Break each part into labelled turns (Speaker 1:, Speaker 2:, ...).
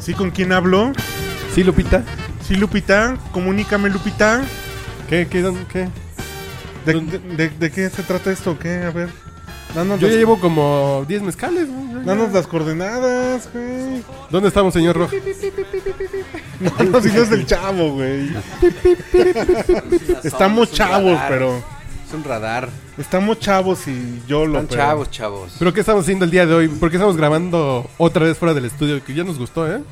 Speaker 1: ¿Sí con quién hablo?
Speaker 2: Sí, Lupita.
Speaker 1: Sí, Lupita, comunícame, Lupita.
Speaker 2: ¿Qué, qué, dónde- qué?
Speaker 1: ¿De,
Speaker 2: ¿Dónde?
Speaker 1: de- de qué se trata esto? o ¿Qué? A ver. Danos,
Speaker 2: Yo ya
Speaker 1: las,
Speaker 2: llevo como 10 mezcales. ¿no? Ya,
Speaker 1: danos
Speaker 2: ya.
Speaker 1: las coordenadas, güey.
Speaker 2: ¿Dónde estamos, señor Rojas?
Speaker 1: No, no, si no es del chavo, güey. Estamos chavos, pero.
Speaker 3: Es un radar.
Speaker 1: Estamos chavos y yo lo
Speaker 3: Están chavos, chavos.
Speaker 2: ¿Pero qué estamos haciendo el día de hoy? ¿Por qué estamos grabando otra vez fuera del estudio? Que ya nos gustó, ¿eh?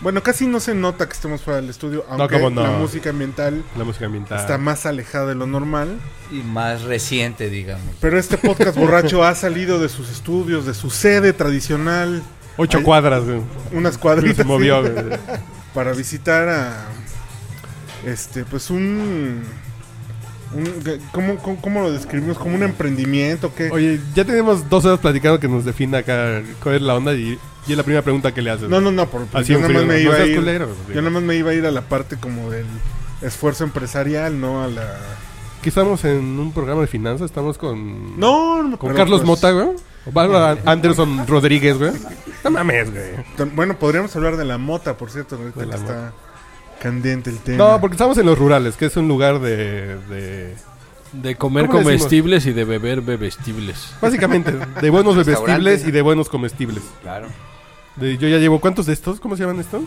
Speaker 1: Bueno, casi no se nota que estemos fuera del estudio, aunque
Speaker 2: ¿cómo no? Ah.
Speaker 1: la música ambiental
Speaker 2: La música ambiental.
Speaker 1: está más alejada de lo normal.
Speaker 3: Y más reciente, digamos.
Speaker 1: Pero este podcast borracho ha salido de sus estudios, de su sede tradicional,
Speaker 2: Ocho
Speaker 1: Ay.
Speaker 2: cuadras, güey.
Speaker 1: unas cuadritas.
Speaker 2: Se movió,
Speaker 1: ¿sí?
Speaker 2: güey.
Speaker 1: para visitar a este pues un, un- ¿cómo, cómo, cómo lo describimos? ¿Como un emprendimiento? ¿Qué?
Speaker 2: Oye, ya tenemos dos horas platicando que nos defina acá cuál es la onda y, y es la primera pregunta que le haces.
Speaker 1: no, no, no, por,
Speaker 2: Así
Speaker 1: yo
Speaker 2: en
Speaker 1: nada
Speaker 2: frío,
Speaker 1: más me
Speaker 2: no
Speaker 1: iba a
Speaker 2: seas
Speaker 1: ir,
Speaker 2: culero,
Speaker 1: yo
Speaker 2: digo.
Speaker 1: nada más me iba a ir a la parte como del esfuerzo empresarial, no a la
Speaker 2: Aquí estamos en un programa de finanzas, estamos con...
Speaker 1: No, no,
Speaker 2: Con
Speaker 1: pero,
Speaker 2: Carlos
Speaker 1: pues,
Speaker 2: Mota, güey. O Bárbara Anderson Rodríguez, güey. No mames, güey.
Speaker 1: tan- Bueno, podríamos hablar de la mota, por cierto, ahorita
Speaker 2: De la
Speaker 1: que está candente el tema.
Speaker 2: No, porque estamos en los rurales, que es un lugar de... de-
Speaker 4: De comer
Speaker 2: ¿Cómo le decimos?
Speaker 4: comestibles y de beber bebestibles.
Speaker 2: básicamente, de buenos bebestibles
Speaker 3: Restaurante.
Speaker 2: y de buenos comestibles.
Speaker 3: Claro.
Speaker 2: De- yo ya llevo... ¿Cuántos de estos? ¿Cómo se llaman estos?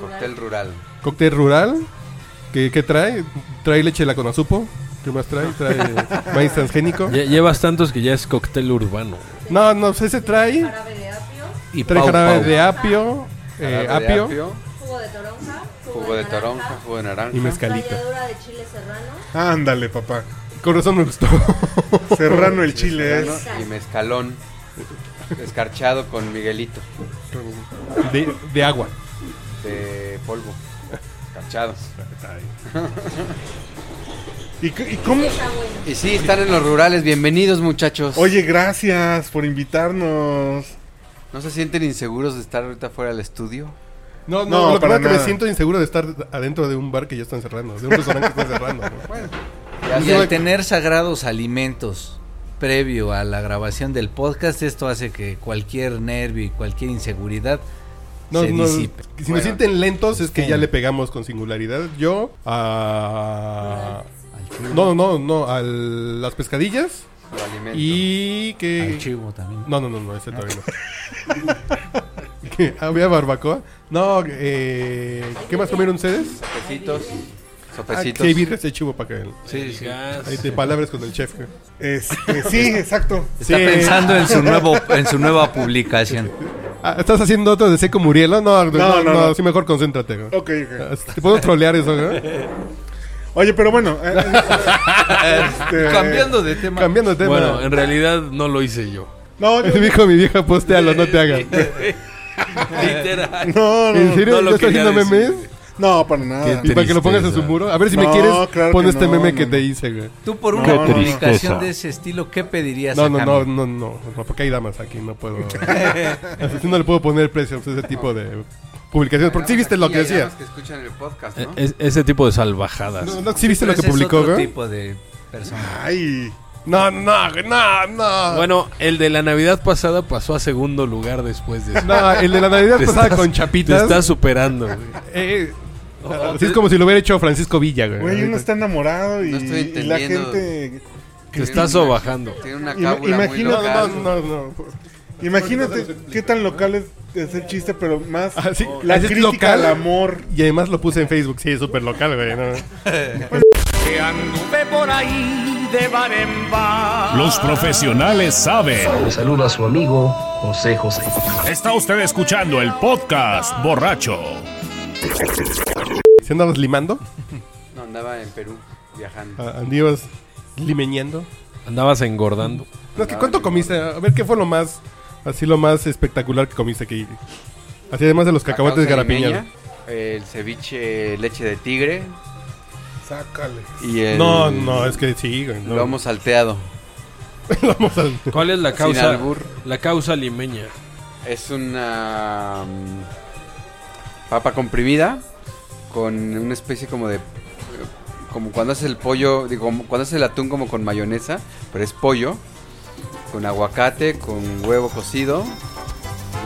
Speaker 3: Cóctel rural.
Speaker 2: Cóctel rural. ¿Qué, qué trae? Trae leche de la conazupo. ¿Qué más trae? Trae maíz transgénico.
Speaker 4: Ya- llevas tantos que ya es cóctel urbano.
Speaker 2: No, no, ese trae...
Speaker 5: Jarabe de apio,
Speaker 3: Y
Speaker 2: Trae
Speaker 3: pau,
Speaker 2: jarabe
Speaker 3: pau.
Speaker 2: de apio. eh,
Speaker 3: Jarabe de
Speaker 2: apio.
Speaker 5: jugo de toronja,
Speaker 3: Jugo de toronja, jugo de naranja.
Speaker 2: Y mezcalita.
Speaker 5: ralladura de chile serrano,
Speaker 1: Ándale, papá.
Speaker 2: Con razón me gustó.
Speaker 1: Serrano el
Speaker 3: Y
Speaker 1: chile ¿eh? es.
Speaker 3: mezcalón, Y mezcalón. Escarchado con Miguelito.
Speaker 2: De, de agua.
Speaker 3: De polvo. Escarchado.
Speaker 1: ¿Y, c- y cómo?
Speaker 5: está bueno.
Speaker 3: Y sí, están en los rurales. Bienvenidos, muchachos.
Speaker 1: Oye, gracias por invitarnos.
Speaker 3: ¿No se sienten inseguros de estar ahorita fuera del estudio?
Speaker 2: No,
Speaker 1: No,
Speaker 2: no, lo que
Speaker 1: para
Speaker 2: pasa es que me
Speaker 1: nada.
Speaker 2: siento inseguro de estar adentro de un bar que ya están cerrando, de un restaurante que están cerrando. ¿no?
Speaker 3: Ya
Speaker 6: Y
Speaker 3: sé.
Speaker 6: al Pues tener sagrados alimentos previo a la grabación del podcast, esto hace que cualquier nervio y cualquier inseguridad
Speaker 2: No,
Speaker 6: se
Speaker 2: no, si
Speaker 6: disipe.
Speaker 2: nos
Speaker 3: Bueno.
Speaker 2: sienten lentos es que ya
Speaker 6: Sí.
Speaker 2: le pegamos con singularidad. Yo a... No, no, no, no, a las pescadillas
Speaker 3: Su alimento.
Speaker 2: y
Speaker 6: Al
Speaker 2: que...
Speaker 6: chivo también.
Speaker 2: No, no, no, no, ese todavía no. ¿Qué? ¿Había barbacoa? No, eh, ¿qué más comieron ustedes?
Speaker 3: Sopecitos.
Speaker 2: Ah,
Speaker 3: Sopecitos.
Speaker 2: que birria se chuvo para que...
Speaker 3: Sí, sí.
Speaker 2: Ahí te palabras con el chef. güey.
Speaker 1: Este, sí, exacto.
Speaker 6: Está
Speaker 2: Sí.
Speaker 6: pensando en su nuevo en su nueva publicación.
Speaker 2: Ah, ¿Estás haciendo otro de Seco Murielo? No, no, no,
Speaker 1: no, no.
Speaker 2: sí mejor concéntrate. güey.
Speaker 1: Ok, ok.
Speaker 2: Te puedo trolear eso, ¿no?
Speaker 1: Oye, pero bueno. eh, este,
Speaker 6: Cambiando de tema.
Speaker 2: Cambiando de tema.
Speaker 4: Bueno, en realidad no lo hice yo.
Speaker 1: No, yo-
Speaker 2: Dijo mi vieja, postéalo, no te hagas.
Speaker 4: Literal.
Speaker 1: no,
Speaker 2: ¿En
Speaker 1: no,
Speaker 2: serio?
Speaker 4: No
Speaker 2: ¿No
Speaker 4: lo
Speaker 2: estás
Speaker 4: quería
Speaker 2: haciendo
Speaker 4: decir.
Speaker 2: memes?
Speaker 1: no, para nada.
Speaker 2: Y para que lo pongas en su
Speaker 4: tristeza.
Speaker 2: muro. A ver si me
Speaker 1: No,
Speaker 2: quieres,
Speaker 1: claro
Speaker 2: pon
Speaker 1: que
Speaker 2: este
Speaker 1: no,
Speaker 2: meme
Speaker 1: no,
Speaker 2: que
Speaker 1: no.
Speaker 2: te hice, güey.
Speaker 6: Tú por una
Speaker 1: Qué
Speaker 6: publicación de ese estilo, ¿qué pedirías
Speaker 2: No,
Speaker 6: a
Speaker 2: no, no,
Speaker 6: cambio?
Speaker 2: no, no, no, porque hay damas aquí, no puedo. Así no le puedo poner precio a ese tipo de publicaciones. Porque sí viste lo que
Speaker 3: Hay damas
Speaker 2: decía.
Speaker 3: que escuchan el podcast,
Speaker 4: E-
Speaker 3: ¿no?
Speaker 4: es- ese tipo de salvajadas.
Speaker 2: No, no, sí viste
Speaker 6: Pero
Speaker 2: lo que
Speaker 6: ese es
Speaker 2: publicó,
Speaker 6: otro
Speaker 2: güey.
Speaker 6: tipo de persona.
Speaker 1: Ay,
Speaker 2: No, no, güey, no, no.
Speaker 4: Bueno, el de la Navidad pasada pasó a segundo lugar después de eso.
Speaker 2: No, el de la Navidad
Speaker 4: Te
Speaker 2: pasada
Speaker 4: estás-
Speaker 2: con
Speaker 4: Te
Speaker 2: chapitas.
Speaker 4: está superando, güey.
Speaker 2: Eh, así es como si lo hubiera hecho Francisco Villa, güey.
Speaker 1: güey, uno
Speaker 2: Ahorita.
Speaker 1: está enamorado y,
Speaker 3: No estoy
Speaker 1: y la
Speaker 3: entendiendo.
Speaker 1: gente.
Speaker 4: Te está sobajando.
Speaker 3: Tiene una
Speaker 1: Ima-
Speaker 3: cábula muy
Speaker 1: imagino-
Speaker 2: No,
Speaker 3: local.
Speaker 2: no, no, no.
Speaker 1: Imagínate qué tan local es, es el chiste, pero más
Speaker 2: Ah, sí,
Speaker 1: la
Speaker 2: ese es
Speaker 1: crítica
Speaker 2: local.
Speaker 1: al amor.
Speaker 2: Y además lo puse en Facebook, sí, es súper local, güey. ¿no?
Speaker 7: Los profesionales saben.
Speaker 8: Le saluda a su amigo José José.
Speaker 7: Está usted escuchando el podcast borracho.
Speaker 2: Si andabas limando,
Speaker 3: No, andaba en Perú viajando.
Speaker 2: a- andabas limeñando.
Speaker 4: Andabas engordando.
Speaker 2: No, es que ¿cuánto comiste? A ver, ¿qué fue lo más, así lo más espectacular que comiste aquí? Así además de los cacahuates
Speaker 3: Cacao
Speaker 2: garapiñados.
Speaker 3: caribeña, El ceviche leche de tigre
Speaker 1: Sácale.
Speaker 3: y el
Speaker 2: No, no, es que sí, güey. no.
Speaker 3: lomo salteado.
Speaker 2: Vamos al-
Speaker 4: ¿Cuál es la
Speaker 3: Sin
Speaker 4: causa?
Speaker 3: albur.
Speaker 4: La causa limeña.
Speaker 3: Es una mm, papa comprimida con una especie como de como cuando haces el pollo, digo, como cuando haces el atún como con mayonesa, pero es pollo con aguacate, con huevo cocido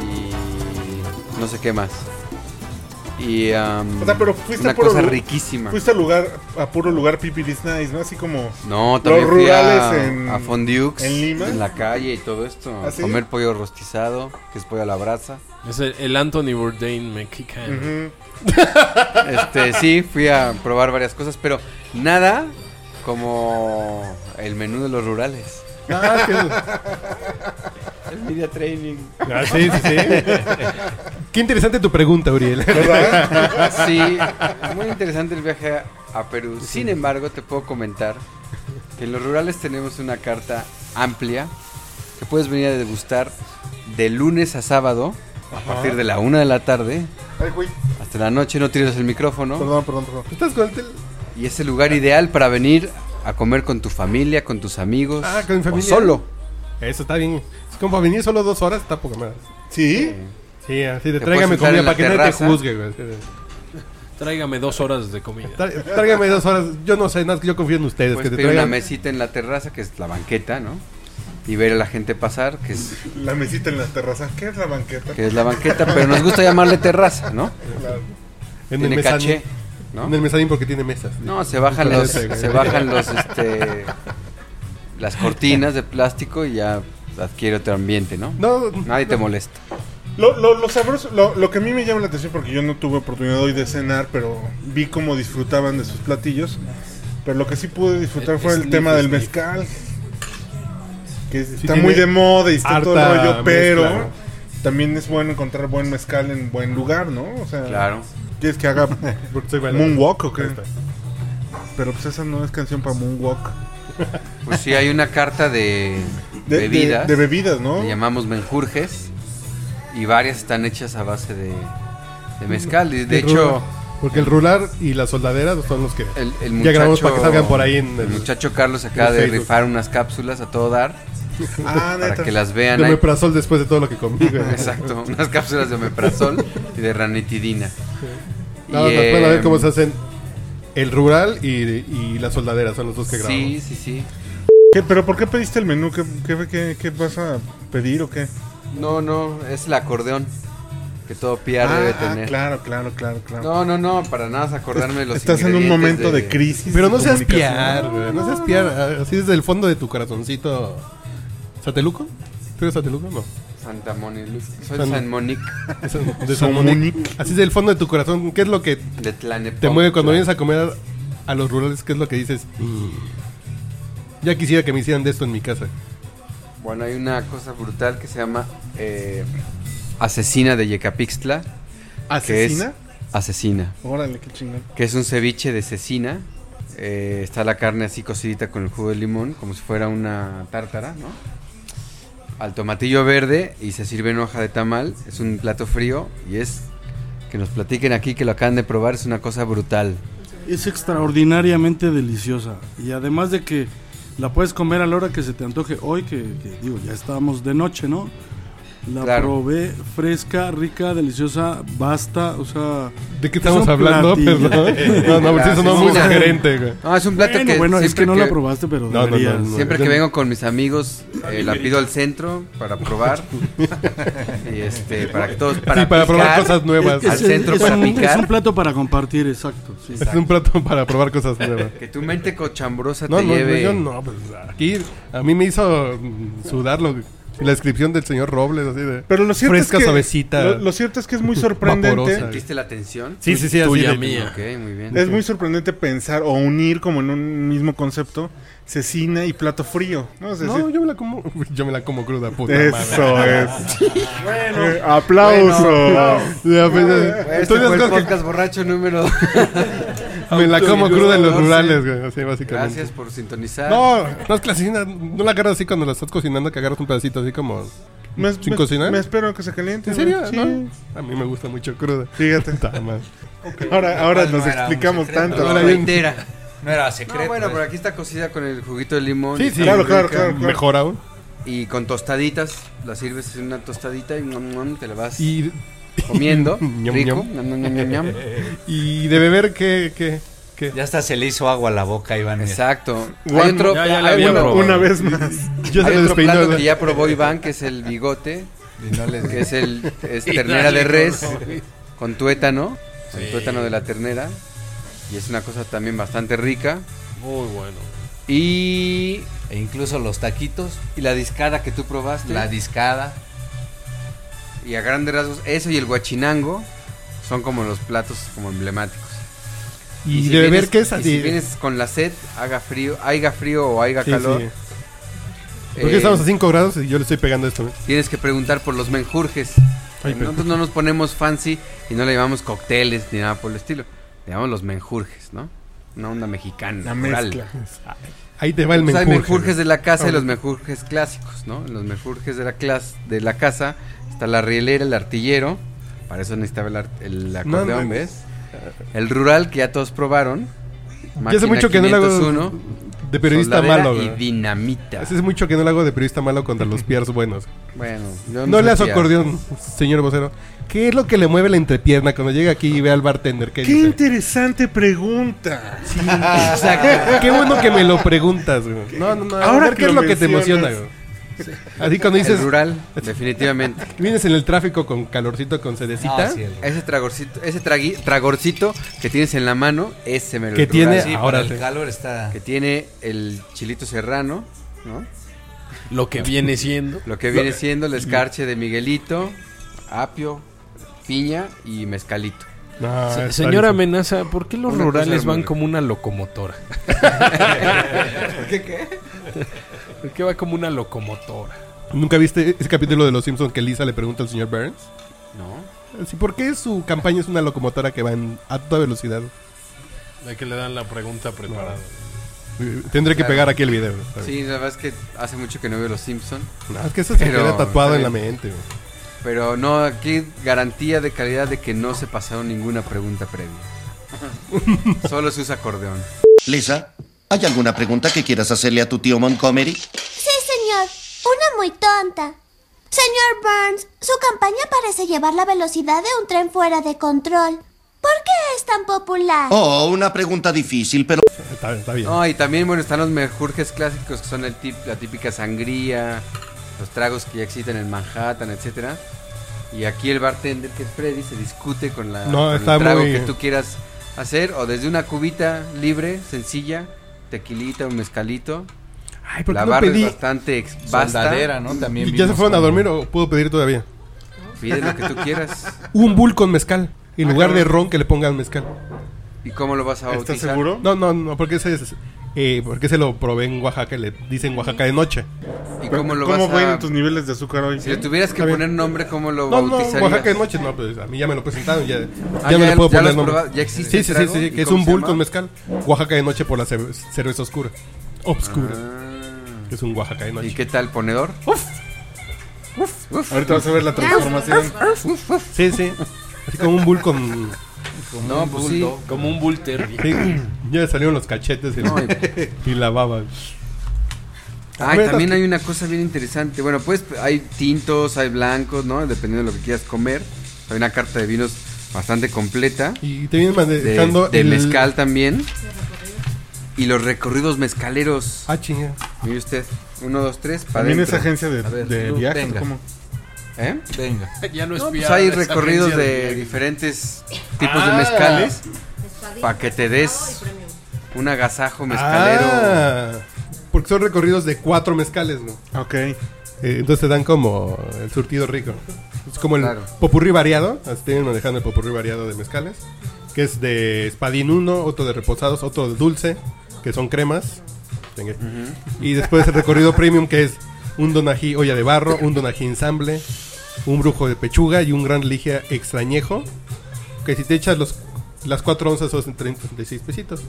Speaker 3: y no sé qué más. Y am,
Speaker 1: O sea, pero fuiste
Speaker 3: una
Speaker 1: puro
Speaker 3: cosa
Speaker 1: lu-
Speaker 3: riquísima.
Speaker 1: Fuiste a lugar, a puro lugar pipiris nice, ¿no? Así como.
Speaker 3: No, también fui
Speaker 1: rurales
Speaker 3: a,
Speaker 1: en-
Speaker 3: a Fondue's,
Speaker 1: en Lima.
Speaker 3: en la calle y todo esto, a
Speaker 1: ¿Ah, sí?
Speaker 3: comer pollo rostizado, que es pollo a la brasa.
Speaker 4: Es el, el Anthony Bourdain mexicano.
Speaker 1: ujú.
Speaker 3: Este, sí, fui a probar varias cosas, pero nada como el menú de los rurales.
Speaker 2: Ah, es que-
Speaker 3: El media training.
Speaker 2: ah, sí, sí, sí. Qué interesante tu pregunta, Uriel.
Speaker 3: Sí, muy interesante el viaje a, a Perú. Sin embargo, te puedo comentar que en los rurales tenemos una carta amplia que puedes venir a degustar de lunes a sábado a partir de la una de la tarde
Speaker 1: Ay, güey.
Speaker 3: hasta la noche. No tires el micrófono.
Speaker 1: Perdón, perdón, perdón.
Speaker 2: ¿Estás con el tel-
Speaker 3: Y es el lugar ideal para venir a comer con tu familia, con tus amigos.
Speaker 2: Ah, con mi familia.
Speaker 3: O solo.
Speaker 2: Eso está bien. Es como para venir solo dos horas, está poco más.
Speaker 1: ¿Sí?
Speaker 2: Sí, así de
Speaker 3: Te
Speaker 2: tráigame
Speaker 3: puedes sentar
Speaker 2: comida
Speaker 3: en la
Speaker 2: para que nadie te
Speaker 3: terraza.
Speaker 2: juzgue, güey. Así de,
Speaker 4: Tráigame dos horas de comida.
Speaker 2: "Trá- Tráigame dos horas. Yo no sé, nada, yo confío en ustedes. que
Speaker 3: Puedes
Speaker 2: te
Speaker 3: pedir una
Speaker 2: traigan.
Speaker 3: mesita en la terraza, que es la banqueta, ¿no? Y ver a la gente pasar, que es,
Speaker 1: La mesita en la terraza. ¿Qué es la banqueta?
Speaker 3: que es la banqueta, pero nos gusta llamarle terraza, ¿no?
Speaker 2: En el
Speaker 3: Tiene
Speaker 2: mezanín.
Speaker 3: caché, ¿no?
Speaker 2: En el mezanín porque tiene mesas.
Speaker 3: No, se bajan los,
Speaker 2: Espérate, güey.
Speaker 3: se bajan los, este, las cortinas de plástico y ya adquiere otro ambiente, ¿no?
Speaker 2: No,
Speaker 3: Nadie te molesta.
Speaker 1: Lo, lo, lo sabroso, lo, lo que a mí me llama la atención, porque yo no tuve oportunidad hoy de cenar, pero vi cómo disfrutaban de sus platillos. Pero lo que sí pude disfrutar
Speaker 4: El
Speaker 1: fue el
Speaker 4: sniff,
Speaker 1: tema del
Speaker 4: sniff.
Speaker 1: mezcal. Que es- está
Speaker 2: tiene
Speaker 1: muy de moda y está todo el
Speaker 2: harta
Speaker 1: rollo, pero
Speaker 2: mezcla, ¿no?
Speaker 1: también es bueno encontrar buen mezcal en buen lugar, ¿no? O sea,
Speaker 3: Claro.
Speaker 1: ¿quieres que haga
Speaker 2: porque soy bailarín.
Speaker 1: Moonwalk o qué?
Speaker 2: Ahí está.
Speaker 1: Pero pues esa no es canción para Moonwalk.
Speaker 3: Pues sí, hay una carta de,
Speaker 1: De de-
Speaker 3: bebidas.
Speaker 1: de bebidas, ¿no?
Speaker 3: Le llamamos menjurjes y varias están hechas a base de, de mezcal. Y de
Speaker 2: El
Speaker 3: hecho,
Speaker 2: rular- porque el rular y las soldaderas son los que.
Speaker 3: el, el
Speaker 2: ya
Speaker 3: muchacho,
Speaker 2: grabamos para que salgan por ahí en
Speaker 3: el
Speaker 2: el-
Speaker 3: muchacho Carlos acaba
Speaker 2: en
Speaker 3: de
Speaker 2: Facebook.
Speaker 3: rifar unas cápsulas a todo dar
Speaker 1: Ah,
Speaker 3: para
Speaker 1: neta.
Speaker 3: que las vean.
Speaker 2: de
Speaker 3: ahí.
Speaker 2: omeprazol después de todo lo que comí, güey.
Speaker 3: Exacto, unas cápsulas de omeprazol y de ranitidina.
Speaker 2: No,
Speaker 3: Y,
Speaker 2: nos van a ver
Speaker 3: em,
Speaker 2: cómo se hacen el rural y, y las soldaderas, son los dos que grabamos.
Speaker 3: Sí, sí, sí.
Speaker 1: ¿Qué- ¿Pero por qué pediste el menú? ¿Qué, qué, qué- qué vas a pedir o qué?
Speaker 3: No, no, es el acordeón que todo PR
Speaker 1: Ah,
Speaker 3: debe
Speaker 1: ah,
Speaker 3: tener.
Speaker 1: claro, claro, claro, claro.
Speaker 3: No, no, no, para nada es acordarme de los
Speaker 1: Estás en un
Speaker 3: ingredientes
Speaker 1: momento de, crisis.
Speaker 2: Pero no
Speaker 1: de
Speaker 2: seas
Speaker 1: comunicación.
Speaker 2: piar, güey, no seas piar, así desde el fondo de tu corazoncito. ¿Sateluco? ¿Tú eres Sateluco? No.
Speaker 3: Santa Monique. Soy
Speaker 2: San-
Speaker 3: San Monique
Speaker 2: Es De San
Speaker 1: San
Speaker 2: Monique.
Speaker 1: Monique.
Speaker 2: Así del fondo de tu corazón, ¿qué es lo que
Speaker 3: de Tlanepantla.
Speaker 2: te mueve cuando vienes a comer a los rurales? ¿Qué es lo que dices? "Mm, Ya quisiera que me hicieran de esto en mi casa.
Speaker 3: Bueno, hay una cosa brutal que se llama eh, Asesina de Yecapixtla. que es-
Speaker 1: ¿Asesina?
Speaker 3: asesina.
Speaker 1: Órale, qué chingón.
Speaker 3: Que es un ceviche de cecina. Eh, está la carne así cocidita con el jugo de limón, como si fuera una tártara, ¿no? Al tomatillo verde y se sirve en hoja de tamal. Es un plato frío y es que nos platiquen aquí que lo acaban de probar. Es una cosa brutal.
Speaker 9: Es extraordinariamente deliciosa. Y además de que la puedes comer a la hora que se te antoje. Hoy que, que, digo, ya estábamos de noche, ¿no? La
Speaker 3: Claro.
Speaker 9: probé fresca, rica, deliciosa, basta, o sea...
Speaker 2: ¿De qué
Speaker 9: es
Speaker 2: estamos
Speaker 9: un
Speaker 2: hablando?
Speaker 9: platillo.
Speaker 2: Perdón. No, no, porque eso no es muy
Speaker 3: Asesina.
Speaker 2: sugerente, güey.
Speaker 3: No, es un plato
Speaker 9: Bueno,
Speaker 3: que
Speaker 9: bueno, es
Speaker 3: siempre
Speaker 9: que no la probaste, pero
Speaker 2: No, no, no,
Speaker 9: deberías.
Speaker 2: no.
Speaker 3: Siempre
Speaker 2: Yo
Speaker 3: que vengo con mis amigos, eh, la pido al centro para probar. y este, para que todos. Para,
Speaker 2: sí, para probar
Speaker 3: picar.
Speaker 2: cosas nuevas.
Speaker 3: Al centro para
Speaker 9: un,
Speaker 3: picar.
Speaker 9: es un plato para compartir, exacto. sí.
Speaker 2: Es un plato para probar cosas nuevas.
Speaker 3: Que tu mente cochambrosa
Speaker 2: No,
Speaker 3: te
Speaker 2: no,
Speaker 3: lleve.
Speaker 2: yo no, pues aquí a mí me hizo mm, sudar lo- la descripción del señor Robles, así de...
Speaker 1: Pero lo cierto es
Speaker 2: Fresca,
Speaker 1: que,
Speaker 2: suavecita.
Speaker 1: Lo, lo cierto es que es muy sorprendente.
Speaker 2: Vaporosa.
Speaker 3: ¿Sentiste la tensión?
Speaker 2: sí, sí, sí, así
Speaker 4: tuya
Speaker 2: de-
Speaker 4: mía.
Speaker 3: Ok, muy bien.
Speaker 1: Es muy sorprendente pensar o unir como en un mismo concepto cecina y plato frío. No, Es
Speaker 2: No,
Speaker 1: decir,
Speaker 2: yo me la como, yo me la como cruda, puta madre.
Speaker 1: eso es. Eh, aplauso.
Speaker 2: Ya, pues, eh,
Speaker 3: Este
Speaker 2: tú
Speaker 3: fue
Speaker 2: dices,
Speaker 3: el
Speaker 2: Jorge,
Speaker 3: podcast borracho número.
Speaker 2: me la como cruda en los
Speaker 3: Sí.
Speaker 2: rurales, güey, así básicamente.
Speaker 3: Gracias por sintonizar.
Speaker 2: No, no es que la asesina, no la agarras así cuando la estás cocinando, que agarras un pedacito así como...
Speaker 1: Me,
Speaker 2: ¿Sin
Speaker 1: me-
Speaker 2: cocinar?
Speaker 1: me espero a que se caliente.
Speaker 2: ¿En serio?
Speaker 1: güey. Sí.
Speaker 2: No, a mí me gusta mucho cruda.
Speaker 1: Fíjate.
Speaker 2: Puta madre.
Speaker 1: Ahora, ahora
Speaker 3: Cual no
Speaker 1: nos
Speaker 3: era un
Speaker 1: explicamos
Speaker 3: secreto,
Speaker 1: tanto.
Speaker 3: lo
Speaker 2: Ahora bien.
Speaker 3: reitera.
Speaker 6: No era
Speaker 3: No,
Speaker 6: secreto.
Speaker 3: bueno,
Speaker 6: ¿eh?
Speaker 3: pero aquí está cocida con el juguito de limón.
Speaker 2: Sí,
Speaker 3: está
Speaker 2: sí.
Speaker 1: Claro,
Speaker 3: rica.
Speaker 1: claro, claro.
Speaker 2: Mejor aún.
Speaker 3: Y con tostaditas, la sirves en una tostadita y ñam, ñam, te la vas
Speaker 2: Y,
Speaker 3: comiendo.
Speaker 2: Ñam,
Speaker 3: rico.
Speaker 2: ñam.
Speaker 3: ñam, ñam, ñam, ñam, ñam.
Speaker 2: y de beber, ¿qué? qué, qué?
Speaker 6: Ya hasta se le hizo agua a la boca, Iván. mira.
Speaker 3: Exacto.
Speaker 1: Guau,
Speaker 3: Hay otro,
Speaker 4: ya, ya la
Speaker 3: hay
Speaker 4: había
Speaker 3: uno-
Speaker 4: probado.
Speaker 1: Una vez más.
Speaker 2: Ya se
Speaker 3: hay
Speaker 2: le
Speaker 3: otro
Speaker 2: despeinó,
Speaker 3: plato
Speaker 2: ¿verdad?
Speaker 3: que ya probó Iván, que es el bigote, que es el es ternera de res con tuétano, el tuétano de la ternera, y es una cosa también bastante rica.
Speaker 4: Muy bueno.
Speaker 3: Y,
Speaker 6: E incluso los taquitos,
Speaker 3: y la discada que tú probaste,
Speaker 6: la discada.
Speaker 3: y a grandes rasgos, eso y el guachinango son como los platos como emblemáticos.
Speaker 2: Y,
Speaker 3: si
Speaker 2: de beber,
Speaker 3: vienes-
Speaker 2: ¿qué es
Speaker 3: y
Speaker 2: así?
Speaker 3: si vienes con la sed, haga frío, haiga frío o haiga
Speaker 2: Sí,
Speaker 3: calor,
Speaker 2: sí. Porque
Speaker 3: eh,
Speaker 2: estamos a 5 grados y yo le estoy pegando esto. ¿eh?
Speaker 3: Tienes que preguntar por los menjurjes.
Speaker 2: Ay, pero-
Speaker 3: Nosotros no nos ponemos fancy y no le llamamos cócteles ni nada por el estilo. Le llamamos los menjurjes, ¿no? Una onda mexicana.
Speaker 1: La
Speaker 3: rural.
Speaker 1: mezcla.
Speaker 2: Ahí te va el
Speaker 3: Pues hay
Speaker 2: menjurje. Ah,
Speaker 3: menjurjes de la casa y
Speaker 2: Ahora.
Speaker 3: los menjurjes clásicos, ¿no? En los menjurjes de la, clas- de la casa está la rielera, el artillero. Para eso necesitaba el, ar- el acordeón,
Speaker 2: mames.
Speaker 3: ¿ves? El rural que ya todos probaron.
Speaker 2: Ya hace
Speaker 3: Máquina
Speaker 2: mucho que no le hago
Speaker 3: 501,
Speaker 2: de periodista
Speaker 3: soldadera
Speaker 2: malo.
Speaker 3: Y
Speaker 2: ¿verdad?
Speaker 3: dinamita.
Speaker 2: Hace mucho que no le hago de periodista malo contra los piers buenos.
Speaker 3: Bueno, yo
Speaker 2: No
Speaker 3: soy
Speaker 2: le hace
Speaker 3: tía.
Speaker 2: acordeón, señor vocero. ¿Qué es lo que le mueve la entrepierna cuando llega aquí y ve al bartender? ¿Qué,
Speaker 1: Qué
Speaker 2: dice?
Speaker 1: interesante pregunta.
Speaker 2: Exacto. Qué bueno que me lo preguntas, güey. No, no, no. a
Speaker 1: Ahora
Speaker 2: ver,
Speaker 1: que
Speaker 2: ¿qué es
Speaker 1: lo
Speaker 2: lo que te
Speaker 1: mencionas.
Speaker 2: emociona, güey? Así cuando
Speaker 3: El
Speaker 2: dices,
Speaker 3: rural, definitivamente.
Speaker 2: vienes en el tráfico con calorcito, con sedecita,
Speaker 6: Ah, sí, el-
Speaker 3: Ese tragorcito, ese tragui- tragorcito que tienes en la mano, ese me lo
Speaker 2: Que tiene-
Speaker 6: Sí,
Speaker 3: regalaron.
Speaker 2: ahora
Speaker 6: ahora el
Speaker 2: te-
Speaker 6: calor está.
Speaker 3: que tiene el chilito serrano, ¿no?
Speaker 4: Lo que viene siendo.
Speaker 3: Lo que viene siendo el escarche de Miguelito, apio, piña y mezcalito.
Speaker 2: No,
Speaker 4: Se-
Speaker 2: está
Speaker 4: señora
Speaker 2: bien.
Speaker 4: amenaza, ¿por qué los
Speaker 3: Una cosa
Speaker 4: rurales van
Speaker 3: hermosa.
Speaker 4: como una locomotora? ¿Por qué va como una locomotora?
Speaker 2: ¿Nunca viste ese capítulo de Los Simpsons que Lisa le pregunta al señor Burns?
Speaker 3: ¿No?
Speaker 2: Así, ¿Por qué su campaña es una locomotora que va en- a toda velocidad?
Speaker 4: De que le dan la pregunta preparada.
Speaker 2: Eh, Tendré que
Speaker 3: Claro.
Speaker 2: pegar aquí el video. güey.
Speaker 3: Sí, la verdad es que hace mucho que no veo los Simpson,
Speaker 2: No, es que eso se
Speaker 3: Pero-
Speaker 2: queda tatuado en
Speaker 3: está
Speaker 2: la
Speaker 3: bien.
Speaker 2: mente. güey.
Speaker 3: pero no aquí garantía de calidad de que no se pasaron ninguna pregunta previa. Solo se usa acordeón.
Speaker 10: Lisa, ¿hay alguna pregunta que quieras hacerle a tu tío Montgomery?
Speaker 11: Sí, señor. Una muy tonta. Señor Burns, su campaña parece llevar la velocidad de un tren fuera de control. ¿Por qué es tan popular?
Speaker 10: Oh, una pregunta difícil, pero
Speaker 2: Está, bien, está bien.
Speaker 3: No, y también, bueno, están los mejurjes clásicos que son el tip, la típica sangría, los tragos que ya existen en Manhattan, etcétera. Y aquí el bartender, que es Freddy, se discute con, la,
Speaker 2: No,
Speaker 3: con
Speaker 2: está
Speaker 3: el trago
Speaker 2: muy-
Speaker 3: que tú quieras hacer, o desde una cubita libre, sencilla, tequilita, un mezcalito.
Speaker 2: Ay, ¿por
Speaker 3: La
Speaker 2: qué Pues no
Speaker 3: barra
Speaker 2: pedí?
Speaker 3: es bastante ex- vasta.
Speaker 6: Soldadera, ¿no? También.
Speaker 2: ¿Ya se
Speaker 6: vimos
Speaker 2: fueron a
Speaker 6: como-
Speaker 2: dormir o puedo pedir todavía?
Speaker 3: Pide lo que tú quieras.
Speaker 2: Un bull con mezcal. En
Speaker 3: Ah,
Speaker 2: lugar de
Speaker 3: cabrón.
Speaker 2: ron que le pongan mezcal.
Speaker 3: ¿Y cómo lo vas a bautizar?
Speaker 1: ¿Estás seguro?
Speaker 2: No, no, no, porque ese es- eh, porque se lo probé en Oaxaca, le dicen Oaxaca de noche.
Speaker 3: ¿Y cómo lo
Speaker 1: ¿Cómo
Speaker 3: vas
Speaker 1: ven
Speaker 3: a...?
Speaker 1: tus niveles de azúcar hoy?
Speaker 3: Si le tuvieras que
Speaker 2: Está bien.
Speaker 3: poner nombre, ¿cómo lo
Speaker 2: No, no,
Speaker 3: bautizarías?
Speaker 2: Oaxaca de noche, no, pues a mí ya me lo presentaron, ya,
Speaker 3: Ah,
Speaker 2: ya no
Speaker 3: ya-
Speaker 2: le puedo
Speaker 3: ya lo
Speaker 2: poner
Speaker 3: has
Speaker 2: nombre.
Speaker 3: probado, ya
Speaker 2: sí,
Speaker 3: existe
Speaker 2: sí,
Speaker 3: el
Speaker 2: sí,
Speaker 3: trago,
Speaker 2: sí,
Speaker 3: ¿y
Speaker 2: que es
Speaker 3: cómo
Speaker 2: un
Speaker 3: se
Speaker 2: bull
Speaker 3: llama?
Speaker 2: con mezcal. Oaxaca de noche por la ce- cerveza oscura. Obscura,
Speaker 3: Ah.
Speaker 2: que es un Oaxaca de noche.
Speaker 3: ¿Y qué tal ponedor?
Speaker 1: Ahorita vas a ver la transformación.
Speaker 2: Sí, sí. Así como un bull con.
Speaker 3: No, pues sí.
Speaker 4: Como un bull terrier.
Speaker 2: sí, ya le salieron los cachetes y,
Speaker 3: No, y-
Speaker 2: y la baba.
Speaker 3: Ah, y
Speaker 2: Metas
Speaker 3: también
Speaker 2: que-
Speaker 3: hay una cosa bien interesante. Bueno, pues hay tintos, hay blancos, ¿no? Dependiendo de lo que quieras comer. Hay una carta de vinos bastante completa.
Speaker 2: Y te vienen
Speaker 3: De,
Speaker 2: manejando.
Speaker 3: de
Speaker 2: el-
Speaker 3: mezcal también. Y los recorridos mezcaleros.
Speaker 2: Ah, chinga.
Speaker 3: Mire usted. Uno, dos, tres. para
Speaker 1: También es
Speaker 3: adentro.
Speaker 1: agencia de,
Speaker 6: A ver,
Speaker 1: de
Speaker 6: Lu,
Speaker 1: viajes.
Speaker 6: venga.
Speaker 1: ¿cómo?
Speaker 3: ¿Eh?
Speaker 6: Venga.
Speaker 4: Ya no es
Speaker 3: Pues hay recorridos de diferentes tipos
Speaker 6: Ah.
Speaker 3: de mezcales. Para que te des un agasajo mezcalero.
Speaker 2: Ah, porque son recorridos de cuatro mezcales, ¿no?
Speaker 1: Ok.
Speaker 2: Eh, entonces te dan como el surtido rico. Es como el
Speaker 3: Claro.
Speaker 2: popurrí variado. Así te vienen manejando el popurrí variado de mezcales. Que es de espadín uno, otro de reposados, otro de dulce, que son cremas. Venga. Y después el recorrido premium, que es un donají olla de barro, un donají ensamble, un brujo de pechuga y un gran ligia extrañejo. Que si te echas los, las cuatro onzas son 36 pesitos.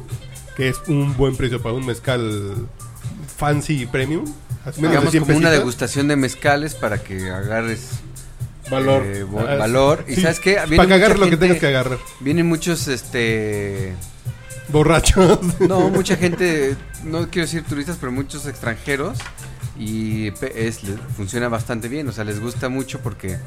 Speaker 2: Que es un buen precio para un mezcal fancy y premium. Así menos de
Speaker 3: Digamos
Speaker 2: 100
Speaker 3: como una
Speaker 2: pesitos.
Speaker 3: degustación de mezcales para que agarres
Speaker 1: Valor.
Speaker 3: eh, bo-
Speaker 2: Ah,
Speaker 3: valor.
Speaker 2: sí.
Speaker 3: ¿Y sabes qué?
Speaker 2: para que
Speaker 3: mucha
Speaker 2: agarres lo que
Speaker 3: gente-
Speaker 2: tengas que agarrar.
Speaker 3: Vienen muchos este
Speaker 2: Borrachos.
Speaker 3: No, mucha gente, no quiero decir turistas, pero muchos extranjeros. Y pe- es- le- funciona bastante bien, o sea, les gusta mucho porque